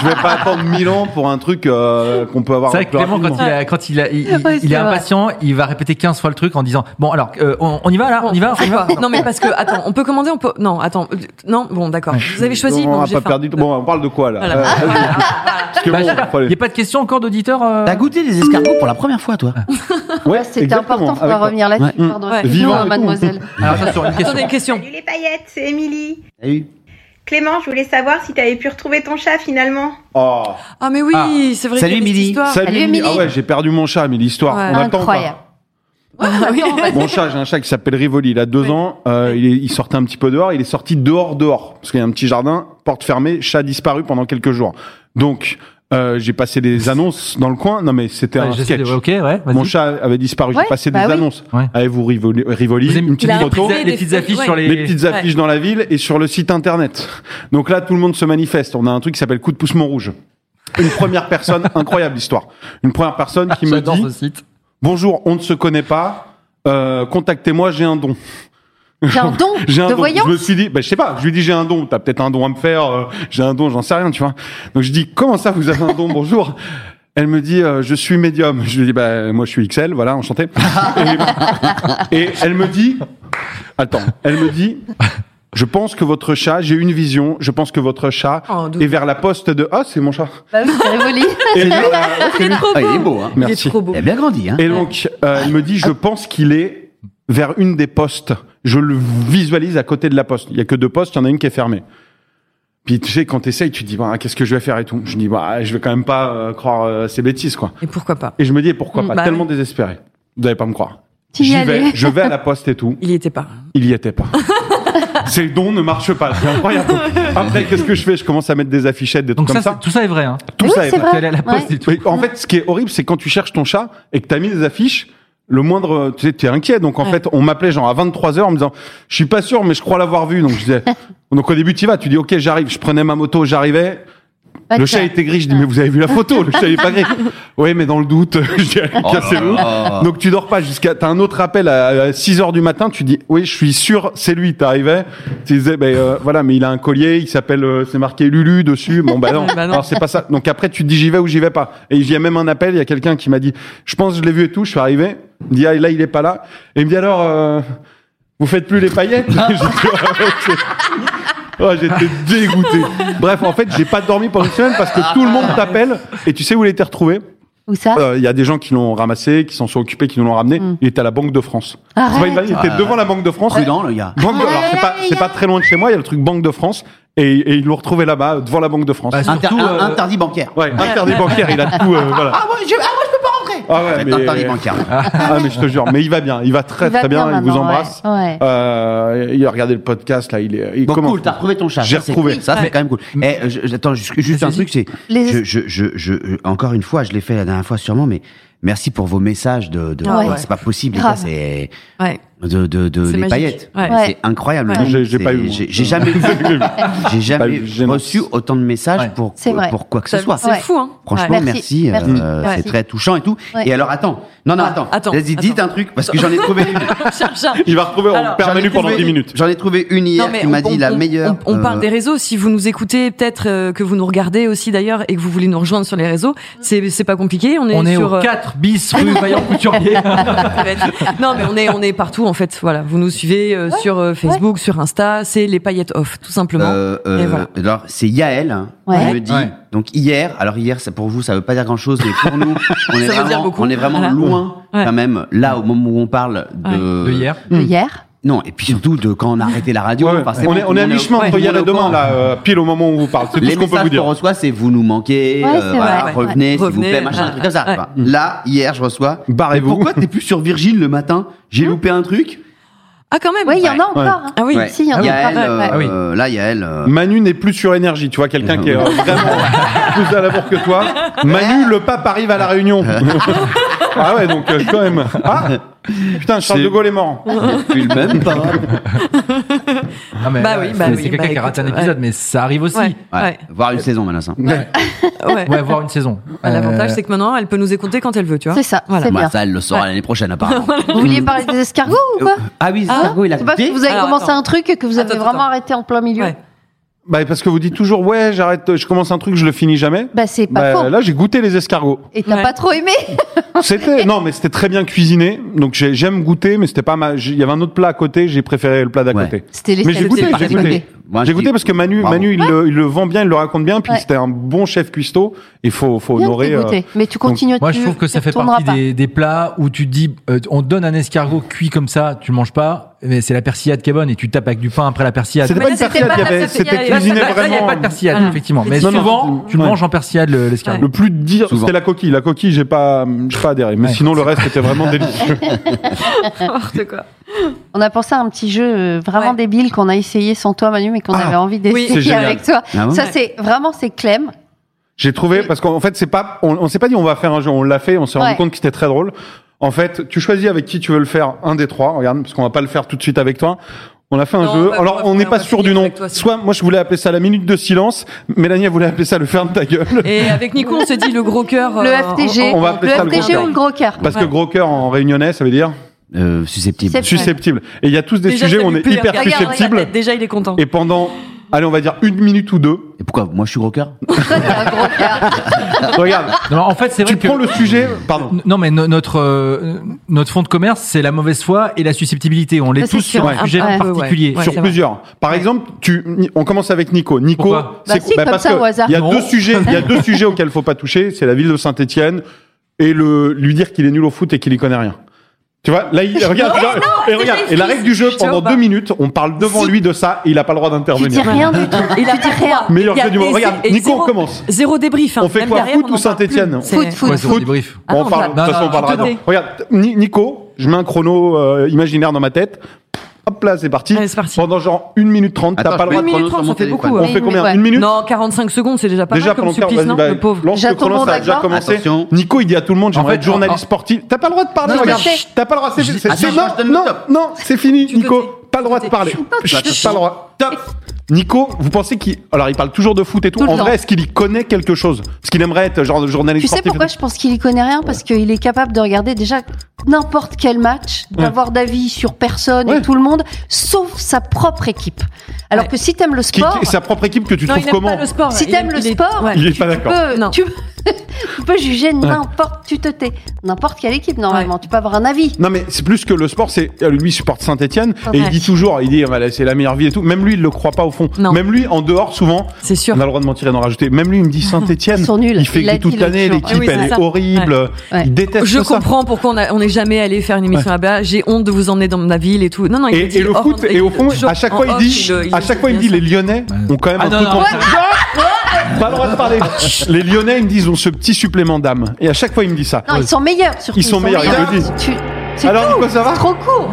Speaker 6: je vais pas attendre 1000 ans pour un truc euh, qu'on peut avoir.
Speaker 8: C'est vrai que
Speaker 6: plus
Speaker 8: Clément, quand
Speaker 6: rapidement.
Speaker 8: il, a, quand il, a- il, il-
Speaker 5: Ouais, c'est
Speaker 8: il est
Speaker 5: vrai.
Speaker 8: impatient, il va répéter 15 fois le truc en disant Bon, alors, euh, on, on y va là On y va, on y va
Speaker 3: Non mais parce que attends, on peut commander, on peut non attends, euh, non bon d'accord. Vous avez choisi,
Speaker 6: Non, on
Speaker 3: bon,
Speaker 6: a
Speaker 3: j'ai
Speaker 6: pas
Speaker 3: faim.
Speaker 6: perdu. Bon, on parle de quoi là
Speaker 3: Voilà.
Speaker 6: Euh, Parce que
Speaker 8: Bah, je
Speaker 6: bon,
Speaker 8: sais pas,
Speaker 6: faut
Speaker 8: Il n'y
Speaker 6: aller-
Speaker 8: a pas de question encore d'auditeur euh,
Speaker 2: T'as goûté des escargots pour la première fois, toi
Speaker 3: Ah.
Speaker 6: Ouais,
Speaker 5: C'était
Speaker 6: exactement,
Speaker 5: important, faut
Speaker 6: avec
Speaker 5: pas
Speaker 6: toi.
Speaker 5: revenir là-dessus. Pardon,
Speaker 3: Ouais.
Speaker 5: excusez-moi,
Speaker 6: Vivant et tout.
Speaker 5: mademoiselle.
Speaker 8: Alors, attends, sur une question.
Speaker 3: Attendez une question.
Speaker 9: Salut les paillettes, c'est Émilie.
Speaker 2: Salut.
Speaker 9: Clément, je voulais savoir si t'avais pu retrouver ton chat finalement.
Speaker 6: Oh.
Speaker 3: Ah mais oui,
Speaker 8: Ah.
Speaker 3: c'est vrai.
Speaker 2: Salut,
Speaker 3: qu'il y avait cette
Speaker 2: Émilie.
Speaker 3: histoire.
Speaker 6: Salut, Émilie. Ah ouais, j'ai perdu mon chat, mais l'histoire,
Speaker 3: Ouais.
Speaker 6: on attend pas.
Speaker 5: Incroyable.
Speaker 6: Mon chat, j'ai un chat qui s'appelle Rivoli. Il a deux ans. euh, il, est- il sortait un petit peu dehors. Il est sorti dehors, dehors, parce qu'il y a un petit jardin, porte fermée, chat disparu pendant quelques jours. Donc, euh, j'ai passé des annonces dans le coin. Non, mais c'était
Speaker 8: Ouais,
Speaker 6: un
Speaker 8: je sais,
Speaker 6: sketch.
Speaker 8: ouais, Ok, ouais, vas-y.
Speaker 6: Mon chat avait disparu.
Speaker 5: Ouais,
Speaker 6: j'ai passé
Speaker 5: bah
Speaker 6: des
Speaker 5: oui.
Speaker 6: annonces.
Speaker 8: Ouais.
Speaker 6: Avez-vous Rivoli, Rivoli,
Speaker 8: Vous aimez-
Speaker 6: une petite
Speaker 3: Il a
Speaker 6: photo.
Speaker 3: appris
Speaker 8: Les petites affiches sur les.
Speaker 6: les petites affiches dans la ville et sur le site internet. Donc là, tout le monde se manifeste. On a un truc qui s'appelle Coup de pouce Montrouge. Une première personne, incroyable histoire. Une première personne qui me
Speaker 8: J'adore
Speaker 6: dit
Speaker 8: ce site.
Speaker 6: Bonjour, on ne se connaît pas. Euh, contactez-moi, j'ai un don.
Speaker 5: J'ai un don
Speaker 6: J'ai un
Speaker 5: de
Speaker 6: don.
Speaker 5: voyance.
Speaker 6: Je me suis dit, bah, je sais pas, je lui dis j'ai un don, t'as peut-être un don à me faire, euh, j'ai un don, j'en sais rien, tu vois. Donc je dis comment ça vous avez un don, bonjour. Elle me dit euh, je suis médium. Je lui dis bah moi je suis XL, voilà, enchanté. et, et elle me dit attends, elle me dit je pense que votre chat, j'ai une vision, je pense que votre chat
Speaker 3: Oh, d'où-
Speaker 6: est vers la poste de ah c'est mon chat.
Speaker 5: Bah oui, c'est Rivoli.
Speaker 6: Et vers la-
Speaker 3: Il est trop
Speaker 2: Ah,
Speaker 3: beau.
Speaker 2: il est beau, hein.
Speaker 3: Il est
Speaker 6: Merci.
Speaker 3: trop beau.
Speaker 2: Il a bien grandi, hein.
Speaker 6: Et donc, euh, elle me dit, je pense qu'il est vers une des postes. Je le visualise à côté de la poste. Il y a que deux postes, il y en a une qui est fermée. Puis tu sais, quand t'essayes, tu te dis, bah, qu'est-ce que je vais faire et tout. Je dis, bah, je vais quand même pas euh, croire euh, ces bêtises, quoi.
Speaker 3: Et pourquoi pas
Speaker 6: Et je me dis, pourquoi
Speaker 3: Mm,
Speaker 6: pas
Speaker 3: bah
Speaker 6: Tellement désespéré. Vous allez pas me croire.
Speaker 5: Tu y
Speaker 6: J'y
Speaker 5: allais.
Speaker 6: vais, je vais à la poste et tout.
Speaker 3: Il y était pas.
Speaker 6: Il y était pas. Ces dons ne marchent pas. C'est incroyable. Après, qu'est-ce que je fais Je commence à mettre des affichettes, des trucs
Speaker 8: Donc,
Speaker 6: comme ça.
Speaker 8: ça, c'est- tout ça est vrai. Hein.
Speaker 6: Tout
Speaker 5: Oui,
Speaker 6: ça est
Speaker 5: c'est
Speaker 6: vrai.
Speaker 5: vrai.
Speaker 8: T'es allé à la poste
Speaker 5: Ouais.
Speaker 8: et tout.
Speaker 6: Oui, en fait, ce qui est horrible, c'est quand tu cherches ton chat et que t'as mis des affiches, le moindre, tu sais, t'es inquiet. Donc, en
Speaker 3: Ouais.
Speaker 6: fait, on m'appelait genre à 23 heures en me disant, je suis pas sûr, mais je crois l'avoir vu. Donc, je disais, donc au début, tu vas, tu dis, OK, j'arrive. Je prenais ma moto, j'arrivais.
Speaker 5: Pas de
Speaker 6: Le chat
Speaker 5: chat.
Speaker 6: était gris. Je dis, mais vous avez vu la photo, le chat n'est pas gris. Oui, mais dans le doute, je dis, allez,
Speaker 2: Oh là
Speaker 6: cassez-vous.
Speaker 3: Ah.
Speaker 2: là.
Speaker 6: Donc tu dors pas jusqu'à. T'as un autre appel à 6 heures du matin, tu dis, oui, je suis sûr, c'est lui, t'arrivais. Tu disais, ben euh, voilà, mais il a un collier, il s'appelle, euh, c'est marqué Lulu dessus. Bon, bah non,
Speaker 3: Bah non.
Speaker 6: alors c'est pas ça. Donc après, tu te dis, j'y vais ou j'y vais pas. Et il y a même un appel, il y a quelqu'un qui m'a dit, je pense que je l'ai vu et tout, je suis arrivé. Il me dit, ah, là, il est pas là. Et il me dit, alors, euh, vous faites plus les paillettes J'étais- ah, Oh, j'étais dégoûté. Bref, en fait, j'ai pas dormi pendant une semaine parce
Speaker 3: Ah.
Speaker 6: que tout le monde t'appelle et tu sais où il était retrouvé
Speaker 5: Où ça
Speaker 6: Euh, Il y a des gens qui l'ont ramassé, qui s'en sont occupés, qui nous l'ont ramené.
Speaker 5: Hmm.
Speaker 6: Il était à la Banque de France.
Speaker 5: Ah
Speaker 6: C'est pas une blague, il
Speaker 2: Ah.
Speaker 6: était devant la Banque de
Speaker 5: Euh,
Speaker 6: France.
Speaker 2: Prudent, le gars.
Speaker 6: Banque de- alors, c'est pas, c'est pas très loin de chez moi, il y a le truc Banque de France et, et ils l'ont retrouvé là-bas, euh, devant la Banque de France. Ah,
Speaker 8: Bah, c'est-
Speaker 2: Inter-
Speaker 8: Surtout,
Speaker 2: un-
Speaker 8: euh,
Speaker 2: Interdit bancaire.
Speaker 6: Ouais, interdit bancaire, il a tout. euh, voilà.
Speaker 2: Ah, ouais, je, ah, ouais, je peux pas rentrer.
Speaker 6: Ah ouais,
Speaker 2: C'est
Speaker 6: mais-
Speaker 2: interdit bancaire.
Speaker 6: Ah, mais je te jure, mais il va bien, il va très
Speaker 5: Il va
Speaker 6: très bien, il vous
Speaker 5: maintenant,
Speaker 6: embrasse.
Speaker 5: ouais, ouais.
Speaker 6: Euh, il a regardé le podcast là, il est. Il
Speaker 2: Bon,
Speaker 6: comment-
Speaker 2: cool, t'as retrouvé ton chat.
Speaker 6: J'ai
Speaker 2: Ça, c'est-
Speaker 6: retrouvé.
Speaker 2: Ça, c'est quand même cool.
Speaker 3: Mm.
Speaker 2: Eh, euh, je- attends, juste, juste un truc, c'est.
Speaker 5: Les-
Speaker 2: Je, je, je, je- euh, encore une fois, je l'ai fait la dernière fois sûrement, mais merci pour vos messages de. de
Speaker 3: Ah ouais.
Speaker 2: C'est pas possible, les
Speaker 5: Grave.
Speaker 2: gars, c'est.
Speaker 3: Ouais.
Speaker 2: De, de, de
Speaker 3: C'est
Speaker 2: les
Speaker 3: magique.
Speaker 2: paillettes.
Speaker 3: Ouais.
Speaker 2: Mais C'est incroyable.
Speaker 3: Ouais.
Speaker 2: le nombre.
Speaker 6: J'ai- j'ai
Speaker 2: C'est-
Speaker 6: pas eu, moi.
Speaker 2: J'ai j'ai jamais, j'ai
Speaker 6: Pas
Speaker 2: jamais
Speaker 6: eu, gênant.
Speaker 2: reçu autant de messages
Speaker 8: Ouais.
Speaker 2: pour,
Speaker 5: C'est vrai.
Speaker 2: pour quoi que ce
Speaker 3: Ça-
Speaker 2: soit.
Speaker 3: C'est
Speaker 5: Ouais.
Speaker 3: fou, hein.
Speaker 2: Franchement,
Speaker 3: Ouais.
Speaker 2: merci.
Speaker 5: Merci,
Speaker 2: euh,
Speaker 5: merci.
Speaker 2: C'est
Speaker 5: Ouais.
Speaker 2: très touchant et tout.
Speaker 5: Ouais.
Speaker 2: Et alors, attends. Non, non,
Speaker 3: Ah,
Speaker 2: attends.
Speaker 3: attends,
Speaker 2: Vas-y, dites
Speaker 3: attends.
Speaker 2: un truc, parce que j'en ai trouvé une.
Speaker 3: Cherche un.
Speaker 6: Il va retrouver, on
Speaker 3: Alors,
Speaker 6: perd
Speaker 2: J'en ai
Speaker 6: Manu pendant
Speaker 2: trouvé
Speaker 6: 10
Speaker 2: une-
Speaker 6: minutes.
Speaker 2: J'en ai trouvé une hier qui
Speaker 3: on-
Speaker 2: m'a dit
Speaker 3: on-
Speaker 2: la
Speaker 3: on-
Speaker 2: meilleure.
Speaker 3: On, on
Speaker 2: euh,
Speaker 3: parle des réseaux. Si vous nous écoutez, peut-être euh, que vous nous regardez aussi d'ailleurs et que vous voulez nous rejoindre sur les réseaux, c'est c'est pas compliqué. On est,
Speaker 8: On est
Speaker 3: sur.
Speaker 8: au
Speaker 3: euh,
Speaker 8: 4 bis rue Vaillant
Speaker 6: Euh,
Speaker 8: Couturier.
Speaker 3: non, mais on est on est partout en fait. Voilà, vous nous suivez euh, sur euh, Facebook, sur Insta. C'est les paillettes off, tout simplement.
Speaker 2: Euh, euh,
Speaker 3: Et voilà.
Speaker 2: Alors c'est Yael hein,
Speaker 5: Ouais.
Speaker 2: qui me dit
Speaker 8: Ouais.
Speaker 2: donc hier alors hier ça pour vous ça veut pas dire grand chose mais pour nous on est
Speaker 3: veut dire
Speaker 2: vraiment
Speaker 3: beaucoup.
Speaker 2: on est vraiment
Speaker 3: Voilà.
Speaker 2: loin
Speaker 3: Ouais.
Speaker 2: quand même là au moment où on parle de,
Speaker 8: De hier.
Speaker 5: De hier
Speaker 2: non et puis surtout de quand on a arrêté la radio
Speaker 6: Ouais, ouais.
Speaker 2: Enfin, c'est
Speaker 6: on,
Speaker 2: bon,
Speaker 6: est,
Speaker 2: tout
Speaker 6: on
Speaker 2: le
Speaker 6: est à
Speaker 2: monde
Speaker 6: mi-chemin
Speaker 2: au-
Speaker 6: entre
Speaker 2: tout le
Speaker 6: hier et
Speaker 2: monde est au
Speaker 6: demain,
Speaker 2: courant.
Speaker 6: là, euh, pile au moment où on vous parle. C'est tout
Speaker 2: les
Speaker 6: ce qu'on peut
Speaker 2: messages
Speaker 6: vous dire.
Speaker 2: qu'on reçoit c'est vous nous manquez euh,
Speaker 5: Ouais, c'est
Speaker 2: voilà,
Speaker 5: vrai.
Speaker 2: revenez s'il vous
Speaker 3: Revenez,
Speaker 2: plaît machin un
Speaker 3: ouais.
Speaker 2: truc comme ça
Speaker 3: Ouais.
Speaker 2: Enfin, là hier je reçois
Speaker 6: Barrez-vous.
Speaker 2: Mais pourquoi t'es plus sur Virgile le matin j'ai loupé un truc
Speaker 3: Ah, quand même.
Speaker 5: Oui, il y en
Speaker 2: Ouais.
Speaker 5: a encore. hein.
Speaker 3: Ah oui.
Speaker 2: Ouais.
Speaker 5: Si, il y en a
Speaker 2: Yael,
Speaker 5: encore, ouais.
Speaker 2: euh,
Speaker 8: Ah oui.
Speaker 2: euh, là Yael euh,
Speaker 6: Manu n'est plus sur énergie, tu vois, quelqu'un qui est euh,
Speaker 2: Ah
Speaker 6: vraiment plus à la bourre que toi. Manu, le pape arrive à la Réunion. ah ouais, donc euh, quand même. Ah Putain, Charles
Speaker 2: C'est-
Speaker 6: de Gaulle est mort.
Speaker 2: plus le même pas
Speaker 8: Ah, mais
Speaker 3: Bah oui,
Speaker 8: c'est-
Speaker 3: bah
Speaker 8: C'est
Speaker 3: oui,
Speaker 8: quelqu'un
Speaker 3: bah
Speaker 8: qui a raté un
Speaker 3: écoute, ouais.
Speaker 8: épisode, mais ça arrive aussi.
Speaker 3: Ouais.
Speaker 2: Ouais,
Speaker 3: Ouais.
Speaker 2: voir une saison maintenant
Speaker 3: Ouais.
Speaker 8: Ouais, voir une saison.
Speaker 3: Bah, L'avantage,
Speaker 8: Euh,
Speaker 3: c'est que maintenant, elle peut nous écouter quand elle veut, tu vois.
Speaker 5: C'est ça,
Speaker 3: Voilà.
Speaker 5: c'est
Speaker 2: Bah,
Speaker 5: bien.
Speaker 2: ça elle le saura l'année prochaine apparemment
Speaker 5: Vous vouliez parler des escargots ou quoi
Speaker 2: Ah oui, Sargo, il a
Speaker 5: C'est pas parce
Speaker 2: goûté.
Speaker 5: que vous avez
Speaker 3: Alors,
Speaker 5: commencé
Speaker 3: attends.
Speaker 5: un truc et que vous avez
Speaker 3: Attends,
Speaker 5: vraiment
Speaker 3: attends.
Speaker 5: arrêté en plein milieu.
Speaker 3: Ouais.
Speaker 6: Bah, parce que vous dites toujours, ouais, j'arrête, je commence un truc, je le finis jamais.
Speaker 5: Bah c'est
Speaker 6: Bah,
Speaker 5: pas faux.
Speaker 6: là, j'ai goûté les escargots.
Speaker 5: Et t'as
Speaker 3: Ouais.
Speaker 5: pas trop aimé
Speaker 6: C'était non, mais c'était très bien cuisiné. Donc j'ai- j'aime goûter, mais c'était pas ma. j'ai- Il y avait un autre plat à côté. J'ai préféré le plat d'à
Speaker 2: Ouais.
Speaker 6: côté.
Speaker 5: C'était les
Speaker 6: Mais j'ai goûté,
Speaker 5: escargots.
Speaker 6: j'ai goûté.
Speaker 2: Moi, je
Speaker 6: J'ai goûté
Speaker 2: dis-
Speaker 6: parce que Manu,
Speaker 2: Bravo.
Speaker 6: Manu, il, le, il le vend bien, il le raconte bien. Puis
Speaker 5: Ouais.
Speaker 6: c'était un bon chef cuistot. Il faut, faut
Speaker 5: Bien de
Speaker 6: honorer. euh,
Speaker 5: t'y goûter. Mais tu continues.
Speaker 8: Moi,
Speaker 5: tu-
Speaker 8: je trouve que
Speaker 5: tu
Speaker 8: ça fait
Speaker 5: retourneras
Speaker 8: partie
Speaker 5: pas.
Speaker 8: des, des plats où tu te dis, euh, on te donne un escargot cuit comme ça, tu le manges pas, mais c'est la persillade qui est bonne et tu tapes avec du pain après la persillade.
Speaker 6: C'était
Speaker 3: Mais là,
Speaker 6: pas une
Speaker 3: c'était
Speaker 6: persillade,
Speaker 3: pas
Speaker 6: il y
Speaker 3: la
Speaker 6: avait-
Speaker 3: persillade,
Speaker 6: c'était
Speaker 3: il y avait-
Speaker 6: cuisiné
Speaker 8: Là, il n'y a
Speaker 6: vraiment.
Speaker 8: pas de persillade,
Speaker 5: Ah.
Speaker 3: Voilà.
Speaker 8: effectivement. Mais
Speaker 6: Non, non,
Speaker 8: souvent,
Speaker 6: c'est-
Speaker 8: tu le
Speaker 6: ouais.
Speaker 8: manges en persillade, le- l'escargot.
Speaker 6: Le plus dire,
Speaker 2: Souvent.
Speaker 6: c'était la coquille. La coquille, j'ai pas, j'ai pas adhéré. Mais
Speaker 8: Ouais.
Speaker 6: sinon, le reste était vraiment délicieux.
Speaker 3: N'importe quoi.
Speaker 5: On a pensé à un petit jeu euh, vraiment
Speaker 3: Ouais.
Speaker 5: débile qu'on a essayé sans toi, Manu, mais qu'on
Speaker 6: Ah,
Speaker 5: avait envie
Speaker 6: c'est
Speaker 5: d'essayer
Speaker 6: génial.
Speaker 5: avec toi.
Speaker 2: Ah bon
Speaker 5: ça, c'est vraiment c'est Clem.
Speaker 6: J'ai trouvé parce qu'en fait, c'est pas, on, on s'est pas dit on va faire un jeu. On l'a fait. On s'est rendu
Speaker 5: Ouais.
Speaker 6: compte que c'était très drôle. En fait, tu choisis avec qui tu veux le faire. Un des trois. Regarde, parce qu'on va pas le faire tout de suite avec toi. On a fait un
Speaker 3: Non,
Speaker 6: jeu.
Speaker 3: on va-
Speaker 6: Alors,
Speaker 3: on
Speaker 6: on
Speaker 3: va-
Speaker 6: n'est
Speaker 3: on
Speaker 6: pas
Speaker 3: va
Speaker 6: sûr
Speaker 3: finir
Speaker 6: du nom.
Speaker 3: avec toi, c'est
Speaker 6: Soit, moi, je voulais appeler ça la minute de silence. Mélanie, elle voulait appeler ça le ferme ta gueule.
Speaker 3: Et avec Nico, on s'est dit le gros cœur.
Speaker 5: Le
Speaker 3: euh,
Speaker 5: FTG.
Speaker 6: on va
Speaker 5: le
Speaker 6: appeler ça le gros
Speaker 5: FTG
Speaker 6: cœur.
Speaker 5: ou le gros cœur.
Speaker 6: Parce que
Speaker 3: Ouais.
Speaker 6: gros cœur en réunionnais, ça veut dire
Speaker 2: Euh, susceptible.
Speaker 5: C'est-
Speaker 6: susceptible. Et il y a tous des
Speaker 3: Déjà,
Speaker 6: sujets
Speaker 3: ça
Speaker 6: où on
Speaker 3: lui
Speaker 6: est
Speaker 3: plaît,
Speaker 6: hyper
Speaker 3: regarde, regarde,
Speaker 6: susceptible.
Speaker 3: regarde, Déjà, il est content.
Speaker 6: Et pendant, allez, on va dire une minute ou deux.
Speaker 2: Et pourquoi Moi, je suis gros cœur
Speaker 5: Toi, t'es un gros cœur.
Speaker 6: Regarde,
Speaker 8: Non, en fait, Ah. c'est vrai
Speaker 6: tu
Speaker 8: que.
Speaker 6: prends le sujet. Pardon.
Speaker 8: N- Non mais no- notre euh, notre fond de commerce c'est la mauvaise foi et la susceptibilité. On l'est
Speaker 5: Ça, c'est
Speaker 8: tous sur
Speaker 5: sûr.
Speaker 8: un
Speaker 3: Ouais.
Speaker 8: sujet
Speaker 3: Ouais.
Speaker 8: particulier.
Speaker 3: Ouais.
Speaker 6: sur
Speaker 3: c'est
Speaker 6: plusieurs. Par exemple, tu, Ni- on commence avec Nico. Nico,
Speaker 8: Pourquoi
Speaker 5: Bah si, comme
Speaker 6: parce
Speaker 5: ça,
Speaker 6: que
Speaker 5: au hasard.
Speaker 6: Il y a
Speaker 8: Non.
Speaker 6: deux sujets, il y a deux sujets auxquels faut pas toucher. C'est la ville de Saint-Étienne et le lui dire qu'il est nul au foot et qu'il y connaît rien. Tu vois, là, il regarde, tu vois, et regarde, et la règle du jeu
Speaker 3: Je te
Speaker 6: pendant
Speaker 3: vois pas.
Speaker 6: deux minutes, on parle devant lui de ça, et il a pas le droit
Speaker 5: Tu dis
Speaker 6: d'intervenir.
Speaker 5: rien du tout.
Speaker 3: Il a
Speaker 5: Tu dis rien.
Speaker 6: Meilleur
Speaker 3: Il y a
Speaker 6: jeu du monde.
Speaker 3: des-
Speaker 6: Regarde,
Speaker 3: et
Speaker 6: Nico,
Speaker 3: zéro-
Speaker 6: on commence.
Speaker 3: Zéro débrief. hein.
Speaker 6: On fait
Speaker 3: Même
Speaker 6: quoi,
Speaker 3: derrière,
Speaker 6: foot
Speaker 3: on
Speaker 6: ou
Speaker 3: en parle
Speaker 6: Saint-Étienne
Speaker 3: plus.
Speaker 5: Foot,
Speaker 3: C'est-
Speaker 5: foot.
Speaker 8: Ouais,
Speaker 5: Ouais,
Speaker 8: sur le débrief.
Speaker 3: Ah
Speaker 6: Bon,
Speaker 3: non,
Speaker 6: on parle, de
Speaker 3: on
Speaker 6: toute
Speaker 8: va-
Speaker 6: façon,
Speaker 8: non,
Speaker 6: on
Speaker 8: non,
Speaker 6: parlera.
Speaker 3: tout à fait.
Speaker 6: Regarde, Ni- Nico, je mets un chrono euh, imaginaire dans ma tête. Hop là, c'est parti.
Speaker 3: Allez, c'est parti.
Speaker 6: Pendant genre une minute trente, t'as
Speaker 2: Attends,
Speaker 6: pas le
Speaker 2: je vais
Speaker 6: droit de
Speaker 3: Une
Speaker 2: prendre
Speaker 3: minute
Speaker 2: sur
Speaker 3: trente,
Speaker 2: mon
Speaker 3: ça fait
Speaker 2: téléphone.
Speaker 3: beaucoup.
Speaker 6: On
Speaker 3: ouais.
Speaker 6: fait combien
Speaker 5: ouais.
Speaker 6: Une minute
Speaker 3: Non, 45 secondes, c'est déjà pas
Speaker 6: Déjà
Speaker 3: mal comme
Speaker 6: pendant 40,
Speaker 3: supplice, non
Speaker 6: vas-y,
Speaker 3: Le
Speaker 6: bah,
Speaker 3: pauvre.
Speaker 6: lance le
Speaker 5: J'attends
Speaker 6: chrono,
Speaker 5: mon
Speaker 6: ça a déjà
Speaker 5: d'accord.
Speaker 6: commencé.
Speaker 2: Attention.
Speaker 6: Nico, il dit à tout le monde, j'aimerais
Speaker 8: En
Speaker 6: être
Speaker 8: fait,
Speaker 6: journaliste sportif. T'as pas le droit de parler,
Speaker 5: Non, je
Speaker 6: regarde.
Speaker 5: sais.
Speaker 6: T'as pas le droit, c'est,
Speaker 2: Je-
Speaker 6: c'est-
Speaker 2: Attends,
Speaker 6: c'est-
Speaker 2: je
Speaker 6: non,
Speaker 2: te donne le
Speaker 6: non,
Speaker 2: top.
Speaker 6: non, c'est fini,
Speaker 3: Tu te
Speaker 6: Nico.
Speaker 3: tais.
Speaker 6: Pas le droit
Speaker 3: Tu te
Speaker 6: de
Speaker 3: tais.
Speaker 6: parler.
Speaker 2: Chut,
Speaker 6: Chut,
Speaker 2: attention.
Speaker 6: Pas le droit.
Speaker 2: Top
Speaker 6: Nico, vous pensez qu'il. Alors, il parle toujours de foot et tout.
Speaker 5: Tout le
Speaker 6: en
Speaker 5: temps.
Speaker 6: vrai, est-ce qu'il y connaît quelque chose Est-ce qu'il aimerait être genre de journaliste
Speaker 5: Tu sais
Speaker 6: sportif et
Speaker 5: pourquoi
Speaker 6: tout
Speaker 5: je pense qu'il y connaît rien Parce qu'il est capable de regarder déjà n'importe quel match, d'avoir d'avis sur personne et tout le monde, sauf sa propre équipe. Alors que si t'aimes le
Speaker 6: Qui-
Speaker 5: sport,
Speaker 6: qui- Sa propre équipe que tu trouves comment
Speaker 5: Si t'aimes le sport,
Speaker 6: Il est pas
Speaker 5: tu
Speaker 6: d'accord.
Speaker 5: peux, euh, tu, tu peux juger
Speaker 6: Ouais.
Speaker 5: n'importe, tu te tais, n'importe quelle équipe normalement. Tu peux avoir un avis.
Speaker 6: Non mais c'est plus que le sport, c'est euh, lui il supporte Saint-Étienne et il
Speaker 5: Ouais.
Speaker 6: dit toujours, il dit ah, voilà, c'est la meilleure vie et tout. Même lui il le croit pas au fond. Même lui en dehors souvent, on a le droit de mentir et d'en rajouter. Même lui il me dit Saint-Étienne, il fait
Speaker 3: l'a
Speaker 6: que
Speaker 3: dit,
Speaker 6: toute
Speaker 3: l'autre
Speaker 6: l'année
Speaker 3: jour.
Speaker 6: l'équipe
Speaker 3: Oui,
Speaker 6: elle
Speaker 3: c'est
Speaker 6: est
Speaker 3: ça.
Speaker 6: horrible,
Speaker 3: Ouais.
Speaker 6: il déteste
Speaker 3: Je
Speaker 6: ça.
Speaker 3: comprends pourquoi on a- on n'est jamais allé faire une émission là-bas. J'ai honte de vous emmener dans ma ville et tout. Non, non, il
Speaker 6: Et,
Speaker 3: dit
Speaker 6: et le
Speaker 3: hors-
Speaker 6: foot et au fond
Speaker 3: toujours
Speaker 6: à chaque
Speaker 3: en
Speaker 6: fois il
Speaker 3: off,
Speaker 6: dit,
Speaker 3: le-
Speaker 6: à chaque fois il me dit les Lyonnais ont quand même un truc en
Speaker 5: Ouais.
Speaker 6: commun. Pas le droit de parler. Les Lyonnais ils me disent ont ce petit supplément d'âme et à chaque fois il me dit ça.
Speaker 5: Non, ils sont meilleurs. Surtout,
Speaker 6: Ils sont meilleurs, il le dit.
Speaker 5: Tu- c'est
Speaker 6: Alors,
Speaker 5: tout.
Speaker 6: Nico, ça va
Speaker 5: C'est Trop court.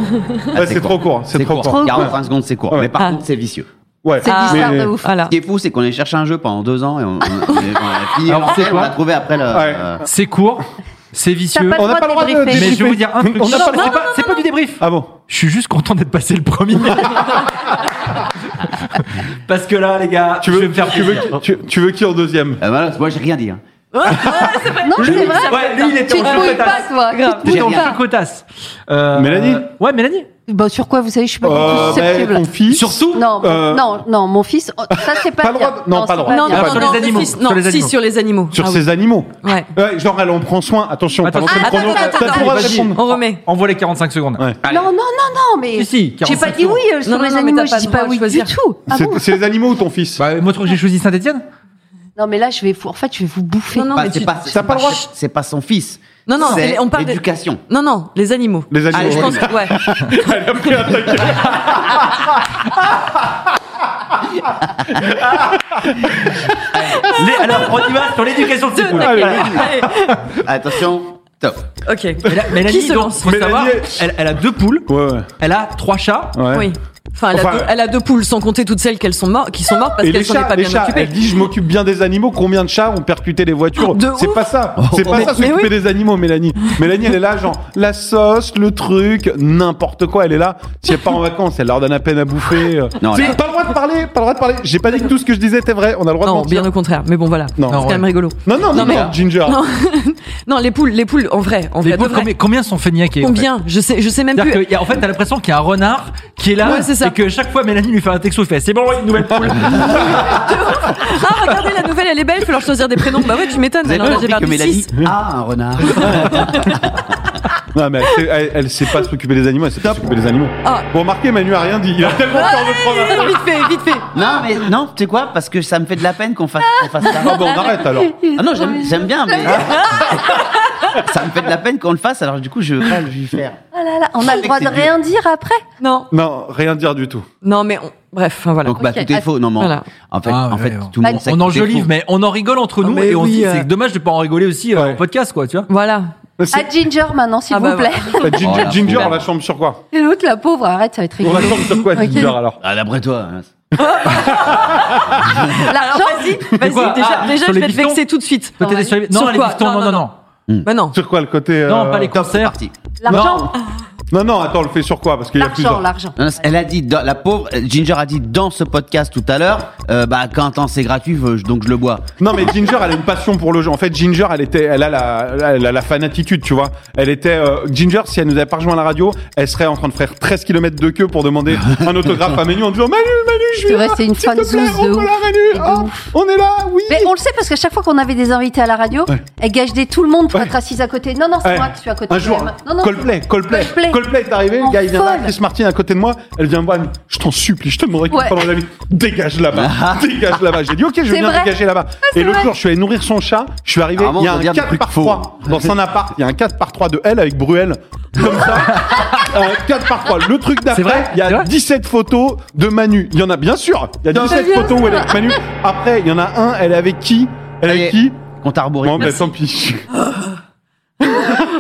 Speaker 6: Ouais, c'est trop court, c'est trop court.
Speaker 5: Trop
Speaker 2: 45 secondes, c'est court. Mais
Speaker 3: Ah.
Speaker 2: par contre, c'est vicieux.
Speaker 6: Ouais.
Speaker 5: C'est Ah. bizarre de ouf.
Speaker 2: Ce qui est fou, c'est qu'on allait chercher un jeu pendant deux ans et on, on, on, on a fini,
Speaker 8: Alors,
Speaker 2: on
Speaker 8: c'est
Speaker 2: l'a- on
Speaker 8: quoi
Speaker 2: l'a trouvé après le. euh,
Speaker 8: C'est court, c'est vicieux.
Speaker 5: T'as pas le On n'a droit pas de le droit de débriefer.
Speaker 8: Mais je vais vous dire un truc.
Speaker 5: On n'a pas
Speaker 8: C'est
Speaker 5: le droit.
Speaker 8: pas- C'est pas du débrief.
Speaker 6: Ah bon
Speaker 8: Je suis juste content d'être passé le premier. Parce que là, les gars,
Speaker 6: Tu
Speaker 8: je vais
Speaker 6: veux,
Speaker 8: me faire
Speaker 6: tu veux,
Speaker 8: plaisir.
Speaker 6: tu, tu veux qui en deuxième
Speaker 2: euh, voilà, moi, j'ai rien dit. Hein.
Speaker 5: Non, c'est vrai.
Speaker 8: Ouais, lui, il était
Speaker 5: tu
Speaker 8: en
Speaker 5: te mouilles pas,
Speaker 8: cocotasse.
Speaker 5: toi. Tu
Speaker 8: Il
Speaker 5: te
Speaker 8: était en
Speaker 5: mouilles pas.
Speaker 8: cocotasse. Euh,
Speaker 6: Mélanie
Speaker 8: Ouais, Mélanie.
Speaker 5: Bah, sur quoi, vous savez, je suis pas du tout
Speaker 6: Euh,
Speaker 5: susceptible.
Speaker 6: ben, ton fils.
Speaker 8: Surtout.
Speaker 5: Non, mon-
Speaker 6: Euh,
Speaker 5: non, non, mon fils, oh, ça c'est pas,
Speaker 6: Pas le
Speaker 5: bien.
Speaker 6: droit de- non, pas le
Speaker 5: c'est
Speaker 6: droit.
Speaker 3: Non,
Speaker 6: Ah,
Speaker 3: non,
Speaker 8: sur
Speaker 3: non,
Speaker 8: les
Speaker 3: non,
Speaker 8: animaux,
Speaker 3: si,
Speaker 8: sur
Speaker 3: non,
Speaker 8: les
Speaker 3: si,
Speaker 8: animaux.
Speaker 3: sur les animaux.
Speaker 6: Sur
Speaker 3: Ah oui.
Speaker 6: ses animaux.
Speaker 3: Ouais.
Speaker 6: Ouais, genre elle en prend soin. Attention,
Speaker 8: Attends,
Speaker 6: pendant que le
Speaker 8: attends,
Speaker 6: chrono-
Speaker 3: attends,
Speaker 6: t'as le
Speaker 3: attends,
Speaker 6: droit de
Speaker 3: attends,
Speaker 6: répondre.
Speaker 3: On remet.
Speaker 8: Envoie les 45 secondes.
Speaker 6: Ouais.
Speaker 5: Non, non, non, non, mais
Speaker 8: Si, si,
Speaker 5: j'ai pas
Speaker 8: 45
Speaker 5: dit oui euh,
Speaker 3: Non,
Speaker 5: sur
Speaker 3: non,
Speaker 5: les
Speaker 3: non, mais
Speaker 5: animaux,
Speaker 3: t'as pas
Speaker 5: je dis
Speaker 3: le
Speaker 5: pas
Speaker 3: droit de
Speaker 5: oui du
Speaker 3: choisir.
Speaker 5: tout. Ah
Speaker 6: C'est
Speaker 5: bon
Speaker 6: c'est les animaux ou ton fils
Speaker 8: Bah, moi, trop que j'ai choisi Saint-Etienne
Speaker 5: non, mais là, je vais, vous- en fait, je vais vous bouffer.
Speaker 3: Non, non,
Speaker 2: Bah,
Speaker 3: mais
Speaker 2: c'est
Speaker 3: tu-
Speaker 2: pas,
Speaker 3: tu-
Speaker 2: c'est
Speaker 6: pas le droit.
Speaker 2: c'est- C'est pas son fils.
Speaker 3: Non, non,
Speaker 2: c'est
Speaker 3: mais on parle de-
Speaker 2: d'éducation.
Speaker 3: Non, non, les animaux.
Speaker 6: Les animaux.
Speaker 3: Allez, je
Speaker 6: ouais.
Speaker 3: pense que- ouais.
Speaker 6: Elle a pris un taquet.
Speaker 8: Les- Alors, on y va sur l'éducation de ces poules.
Speaker 6: Allez,
Speaker 3: Allez,
Speaker 2: Attention, top.
Speaker 3: ok.
Speaker 8: Méla- Mélanie,
Speaker 3: Qui se
Speaker 8: donc,
Speaker 3: lance
Speaker 8: faut
Speaker 6: Mélanie,
Speaker 8: savoir,
Speaker 6: elle-
Speaker 8: elle, elle a deux poules,
Speaker 5: Bah.
Speaker 6: Ouais, ouais.
Speaker 8: elle a trois chats.
Speaker 6: ouais.
Speaker 3: Oui. Enfin, elle a,
Speaker 6: Enfin,
Speaker 3: deux, elle a deux poules, sans compter toutes celles qu'elles sont mortes, qui sont mortes parce
Speaker 6: Et les
Speaker 3: qu'elles sont
Speaker 6: chats,
Speaker 3: pas
Speaker 6: les
Speaker 3: bien
Speaker 6: chats,
Speaker 3: occupées.
Speaker 6: elle dit je m'occupe bien des animaux. Combien de chats ont percuté les voitures
Speaker 3: De
Speaker 6: C'est
Speaker 3: ouf.
Speaker 6: pas ça. C'est pas
Speaker 3: Mais-
Speaker 6: ça
Speaker 3: mais
Speaker 6: s'occuper
Speaker 3: oui.
Speaker 6: des animaux, Mélanie. Mélanie, elle est là, genre la sauce, le truc, n'importe quoi. Elle est là. Si elle part en vacances, elle leur donne à peine à bouffer. euh.
Speaker 2: Non,
Speaker 6: C'est
Speaker 2: là-
Speaker 6: pas le droit de parler. Pas le droit de parler. J'ai pas dit que tout ce que je disais était vrai. On a le droit de
Speaker 3: Non,
Speaker 6: mentir.
Speaker 3: bien au contraire. Mais bon, voilà.
Speaker 6: Non.
Speaker 3: C'est quand même
Speaker 8: Ouais.
Speaker 3: rigolo.
Speaker 6: Non, non, non,
Speaker 3: Non, mais-
Speaker 6: non, Ginger.
Speaker 3: Non. non, les poules, les poules, en vrai, en
Speaker 8: Les
Speaker 3: vrai, de
Speaker 8: poules,
Speaker 3: vrai.
Speaker 8: combien, combien sont feignaquées en fait
Speaker 3: Combien Je sais, je sais même
Speaker 8: C'est-à-dire
Speaker 3: plus.
Speaker 8: qu'il y a- en fait, t'as l'impression qu'il y a un renard qui est là
Speaker 3: Ouais, c'est ça.
Speaker 8: et que chaque fois Mélanie lui fait un texto, il fait c'est bon, une nouvelle poule.
Speaker 3: Ah, regardez la nouvelle, elle est belle. Il faut leur choisir des prénoms. Bah ouais, tu m'étonnes.
Speaker 2: Vous avez
Speaker 3: Alors là, j'ai
Speaker 2: compris que
Speaker 3: perdu
Speaker 2: Mélanie
Speaker 3: six.
Speaker 2: a un renard.
Speaker 6: Non, mais elle sait, elle, elle sait pas s'occuper des animaux, elle sait pas s'occuper des animaux.
Speaker 3: Ah.
Speaker 6: Bon, remarquez, Manu a rien dit. Il a tellement peur de prendre un-
Speaker 3: Vite fait, vite fait.
Speaker 2: non, mais non, tu sais quoi Parce que ça me fait de la peine qu'on fasse, qu'on fasse ça.
Speaker 6: Ah, bon, on arrête alors.
Speaker 2: Ah non, j'aime j'aime bien, mais. ça me fait de la peine qu'on le fasse, alors du coup, je veux pas lui faire.
Speaker 5: Ah là là, on a le droit de rien dire après.
Speaker 3: Non,
Speaker 6: Non, rien dire du tout.
Speaker 3: non, mais on- bref, enfin, voilà.
Speaker 2: Donc, bah,
Speaker 5: Ok.
Speaker 2: tout est faux. Non, mais en-
Speaker 3: Voilà.
Speaker 2: en fait,
Speaker 8: Ah,
Speaker 2: en fait
Speaker 8: ouais, ouais.
Speaker 2: tout le monde sait
Speaker 8: on
Speaker 2: que tout est
Speaker 8: enjolive,
Speaker 2: faux.
Speaker 8: mais on en rigole entre nous
Speaker 3: mais
Speaker 8: et on se
Speaker 3: oui,
Speaker 8: dit
Speaker 3: euh.
Speaker 8: c'est dommage de pas en rigoler aussi euh,
Speaker 6: Ouais.
Speaker 8: en podcast, quoi, tu vois.
Speaker 3: Voilà.
Speaker 6: C'est-
Speaker 5: À Ginger maintenant, s'il
Speaker 3: Ah bah
Speaker 5: vous plaît.
Speaker 6: Bah, Ginger,
Speaker 2: Oh, la
Speaker 6: Ginger,
Speaker 2: pauvre.
Speaker 6: on la chambre sur quoi
Speaker 5: Et l'autre, la pauvre, arrête, ça va être
Speaker 6: On
Speaker 5: rigolo.
Speaker 6: la chambre sur quoi,
Speaker 5: Ok.
Speaker 6: Ginger alors
Speaker 2: Ah, d'après toi. hein.
Speaker 5: L'argent,
Speaker 3: Vas-y, vas-y,
Speaker 8: quoi
Speaker 3: déjà,
Speaker 8: Ah,
Speaker 3: déjà
Speaker 8: sur
Speaker 3: je vais
Speaker 8: les
Speaker 3: te
Speaker 8: bifetons
Speaker 3: vexer tout de suite.
Speaker 8: Peut-être sur les- Non,
Speaker 3: Sur
Speaker 8: les
Speaker 3: quoi
Speaker 8: bifetons, non, non, non.
Speaker 3: Bah non.
Speaker 6: Sur quoi le côté. euh,
Speaker 8: Non, pas les
Speaker 2: Top, c'est
Speaker 8: concerts.
Speaker 2: parti.
Speaker 5: l'argent,
Speaker 6: Non, non, attends, on le fait sur quoi Parce qu'il y a
Speaker 5: l'argent,
Speaker 6: plusieurs.
Speaker 5: l'argent.
Speaker 2: Non, non, Elle a dit, dans- la pauvre, Ginger a dit dans ce podcast tout à l'heure, euh, bah, quand c'est gratuit, euh, je- donc je le bois.
Speaker 6: Non, mais Ginger, elle a une passion pour le jeu. En fait, Ginger, elle était, elle a la, elle a la fanatitude, tu vois. Elle était euh, Ginger. Si elle nous avait pas rejoint à la radio, elle serait en train de faire 13 km de queue pour demander un autographe à Manu en disant Manu, Manu, je suis
Speaker 5: C'est
Speaker 6: là.
Speaker 5: vrai, c'est une
Speaker 6: s'il te
Speaker 5: fan
Speaker 6: plaît,
Speaker 5: zouze de
Speaker 6: oh, voilà,
Speaker 5: ouf.
Speaker 6: Manu,
Speaker 5: Et de
Speaker 6: oh, on est là, oui.
Speaker 5: Mais on le sait parce qu'à chaque fois qu'on avait des invités à la radio, elle gageait tout le monde pour
Speaker 6: Ouais.
Speaker 5: être assise à côté. Non, non, c'est
Speaker 6: Ouais.
Speaker 5: moi qui suis à côté.
Speaker 6: Eh, Un
Speaker 5: quand
Speaker 6: jour,
Speaker 5: même. non, non,
Speaker 6: Coldplay,
Speaker 5: c'est-
Speaker 6: Coldplay,
Speaker 5: Coldplay.
Speaker 6: Coldplay est arrivé,
Speaker 5: En
Speaker 6: le gars il vient là,
Speaker 5: folle.
Speaker 6: Chris Martin est à côté de moi, elle vient me voir, elle me dit, je t'en supplie, je te demanderai qu'il
Speaker 5: Ouais.
Speaker 6: te parle dans la vie, dégage
Speaker 8: Ah
Speaker 6: là-bas, dégage là-bas. J'ai dit, ok, je
Speaker 5: C'est
Speaker 6: viens
Speaker 5: vrai. Ah,
Speaker 6: dégager là-bas.
Speaker 5: c'est
Speaker 6: Et l'autre
Speaker 5: vrai.
Speaker 6: jour, je suis allé nourrir son chat, je suis arrivé,
Speaker 2: Ah, bon,
Speaker 6: il y a
Speaker 2: faut
Speaker 6: un
Speaker 2: dire des
Speaker 6: 4
Speaker 2: trucs
Speaker 6: par
Speaker 2: faux.
Speaker 6: 3 dans un appart, il y a un 4 par 3 de elle avec Bruel, comme ça, un 4 par 3. Le truc d'après,
Speaker 8: vrai
Speaker 6: il y
Speaker 8: C'est
Speaker 6: a
Speaker 8: vrai
Speaker 6: 17 photos de Manu. Il y en a, bien sûr, il y a 17 photos où elle est avec Manu. Après, il y en a un, elle est avec qui Elle est avec
Speaker 2: Et-
Speaker 6: qui
Speaker 2: Compte à rebours.
Speaker 6: Bon, ben tant pis.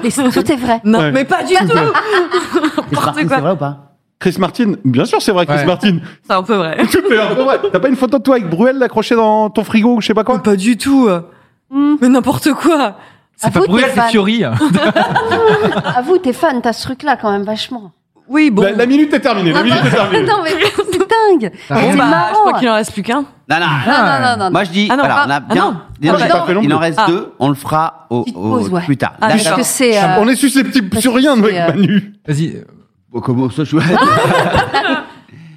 Speaker 5: Et c'est- tout est vrai.
Speaker 3: Non,
Speaker 6: Ouais.
Speaker 3: mais pas du tout.
Speaker 2: Chris
Speaker 3: quoi.
Speaker 2: Martin, c'est vrai ou pas
Speaker 6: Chris Martin, bien sûr, c'est vrai, Chris
Speaker 8: Ouais.
Speaker 6: Martin.
Speaker 3: C'est un peu vrai.
Speaker 6: Mais en vrai, T'as pas une photo de toi avec Bruel accroché dans ton frigo ou je sais pas quoi
Speaker 3: Pas du tout. Hmm. Mais n'importe quoi. Ah,
Speaker 5: À
Speaker 8: C'est pas
Speaker 5: vous, tes
Speaker 8: Bruel, c'est
Speaker 5: fans.
Speaker 8: Fiori. euh,
Speaker 5: À vous, t'es fan, t'as ce truc-là quand même vachement.
Speaker 3: Oui, bon.
Speaker 6: La, la minute est terminée. La minute est terminée.
Speaker 5: Ah, bah, Non, mais c'est dingue.
Speaker 3: Bon,
Speaker 5: C'est
Speaker 3: bah, je
Speaker 5: marrant.
Speaker 3: crois qu'il en reste plus qu'un.
Speaker 2: Non, non.
Speaker 5: Non, non, non, non, non.
Speaker 2: Moi, je dis,
Speaker 3: Ah non,
Speaker 2: voilà,
Speaker 3: ah,
Speaker 2: on a
Speaker 3: ah non.
Speaker 2: bien. bien
Speaker 6: Ah, j'ai
Speaker 2: joué.
Speaker 6: pas fait non
Speaker 2: il en
Speaker 6: plus.
Speaker 2: reste
Speaker 3: Ah.
Speaker 2: deux, on le fera au,
Speaker 5: Petite
Speaker 2: au-
Speaker 5: pause, ouais.
Speaker 2: plus tard.
Speaker 3: Ah,
Speaker 2: D'accord.
Speaker 5: Puisque c'est. euh,
Speaker 6: On est susceptible sur rien,
Speaker 5: Parce
Speaker 6: avec
Speaker 5: que c'est, euh,
Speaker 6: Manu.
Speaker 8: Vas-y, euh,
Speaker 2: Bon, Comment ça, je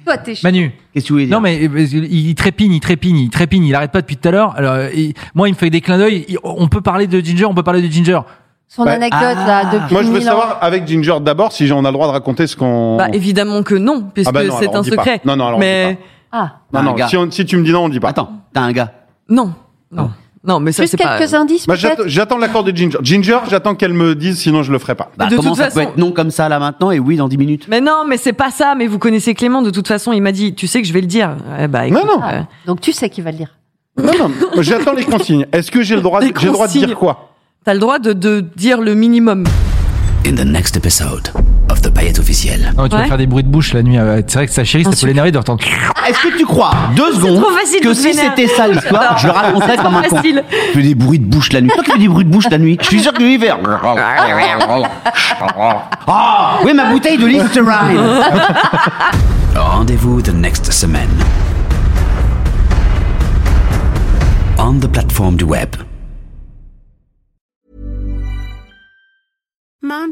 Speaker 5: toi, t'es chou-
Speaker 8: Manu.
Speaker 2: Qu'est-ce que tu voulais dire
Speaker 8: Non mais euh, il il trépigne, il trépigne, il trépigne, il arrête pas depuis tout à l'heure. Alors euh, il- moi il me fait des clins d'œil. Il- On peut parler de Ginger, on peut parler de Ginger.
Speaker 5: Son
Speaker 6: Bah,
Speaker 5: anecdote,
Speaker 2: ah.
Speaker 5: là, depuis.
Speaker 6: Moi, je veux
Speaker 5: 1000 ans.
Speaker 6: savoir avec Ginger d'abord si on a le droit de raconter ce qu'on.
Speaker 3: Bah, évidemment que non, puisque
Speaker 6: Ah bah non, alors
Speaker 3: c'est
Speaker 6: on
Speaker 3: un
Speaker 6: dit pas.
Speaker 3: secret.
Speaker 6: Non, non, alors on
Speaker 3: mais
Speaker 6: dit
Speaker 5: Ah.
Speaker 6: Non,
Speaker 2: Ah,
Speaker 6: non,
Speaker 2: gars.
Speaker 6: si, on- si tu me dis non, on dit pas.
Speaker 2: Attends, t'as un gars.
Speaker 3: non,
Speaker 6: Ah.
Speaker 3: non, non, mais ça
Speaker 5: Juste
Speaker 3: c'est pas.
Speaker 5: quelques indices,
Speaker 6: Bah, j'attends-
Speaker 5: peut-être.
Speaker 6: j'attends l'accord de Ginger. Ginger, j'attends qu'elle me dise, sinon je le ferai pas.
Speaker 2: Bah,
Speaker 3: de
Speaker 2: comment
Speaker 3: toute
Speaker 2: ça peut
Speaker 3: façon-
Speaker 2: être non comme ça là maintenant et oui dans 10 minutes
Speaker 3: Mais non, mais c'est pas ça. Mais vous connaissez Clément. De toute façon, il m'a dit, tu sais que je vais le dire. Eh bah, écoute,
Speaker 6: non.
Speaker 3: euh,
Speaker 5: Ah. Donc, tu sais qui va le dire.
Speaker 6: Non, non, moi, j'attends les consignes. Est-ce que j'ai le droit, de-
Speaker 3: Les
Speaker 6: j'ai le droit de
Speaker 3: consignes.
Speaker 6: dire quoi
Speaker 3: t'as le droit de, de dire le minimum.
Speaker 6: Ah,
Speaker 1: In the next episode of The Payette Officiel.
Speaker 8: Non, mais tu vas
Speaker 3: Ouais.
Speaker 8: faire des bruits de bouche la nuit. euh, C'est vrai que sa chérie, ça peut
Speaker 3: Ensuite.
Speaker 8: l'énerver de entendre.
Speaker 2: Ah, Est-ce que tu crois deux secondes
Speaker 3: trop facile
Speaker 2: que
Speaker 3: de
Speaker 2: si
Speaker 3: vénère.
Speaker 2: c'était ça l'histoire, je le raconterais
Speaker 3: c'est
Speaker 2: comme
Speaker 3: trop
Speaker 2: un con.
Speaker 3: facile.
Speaker 2: Je fais des bruits de bouche la nuit. Toi qui fais des bruits de bouche la nuit. Je suis sûr que l'hiver. Ah oui ma bouteille de Listerine.
Speaker 1: Rendez-vous the next semaine. On the platform du web.
Speaker 10: Mom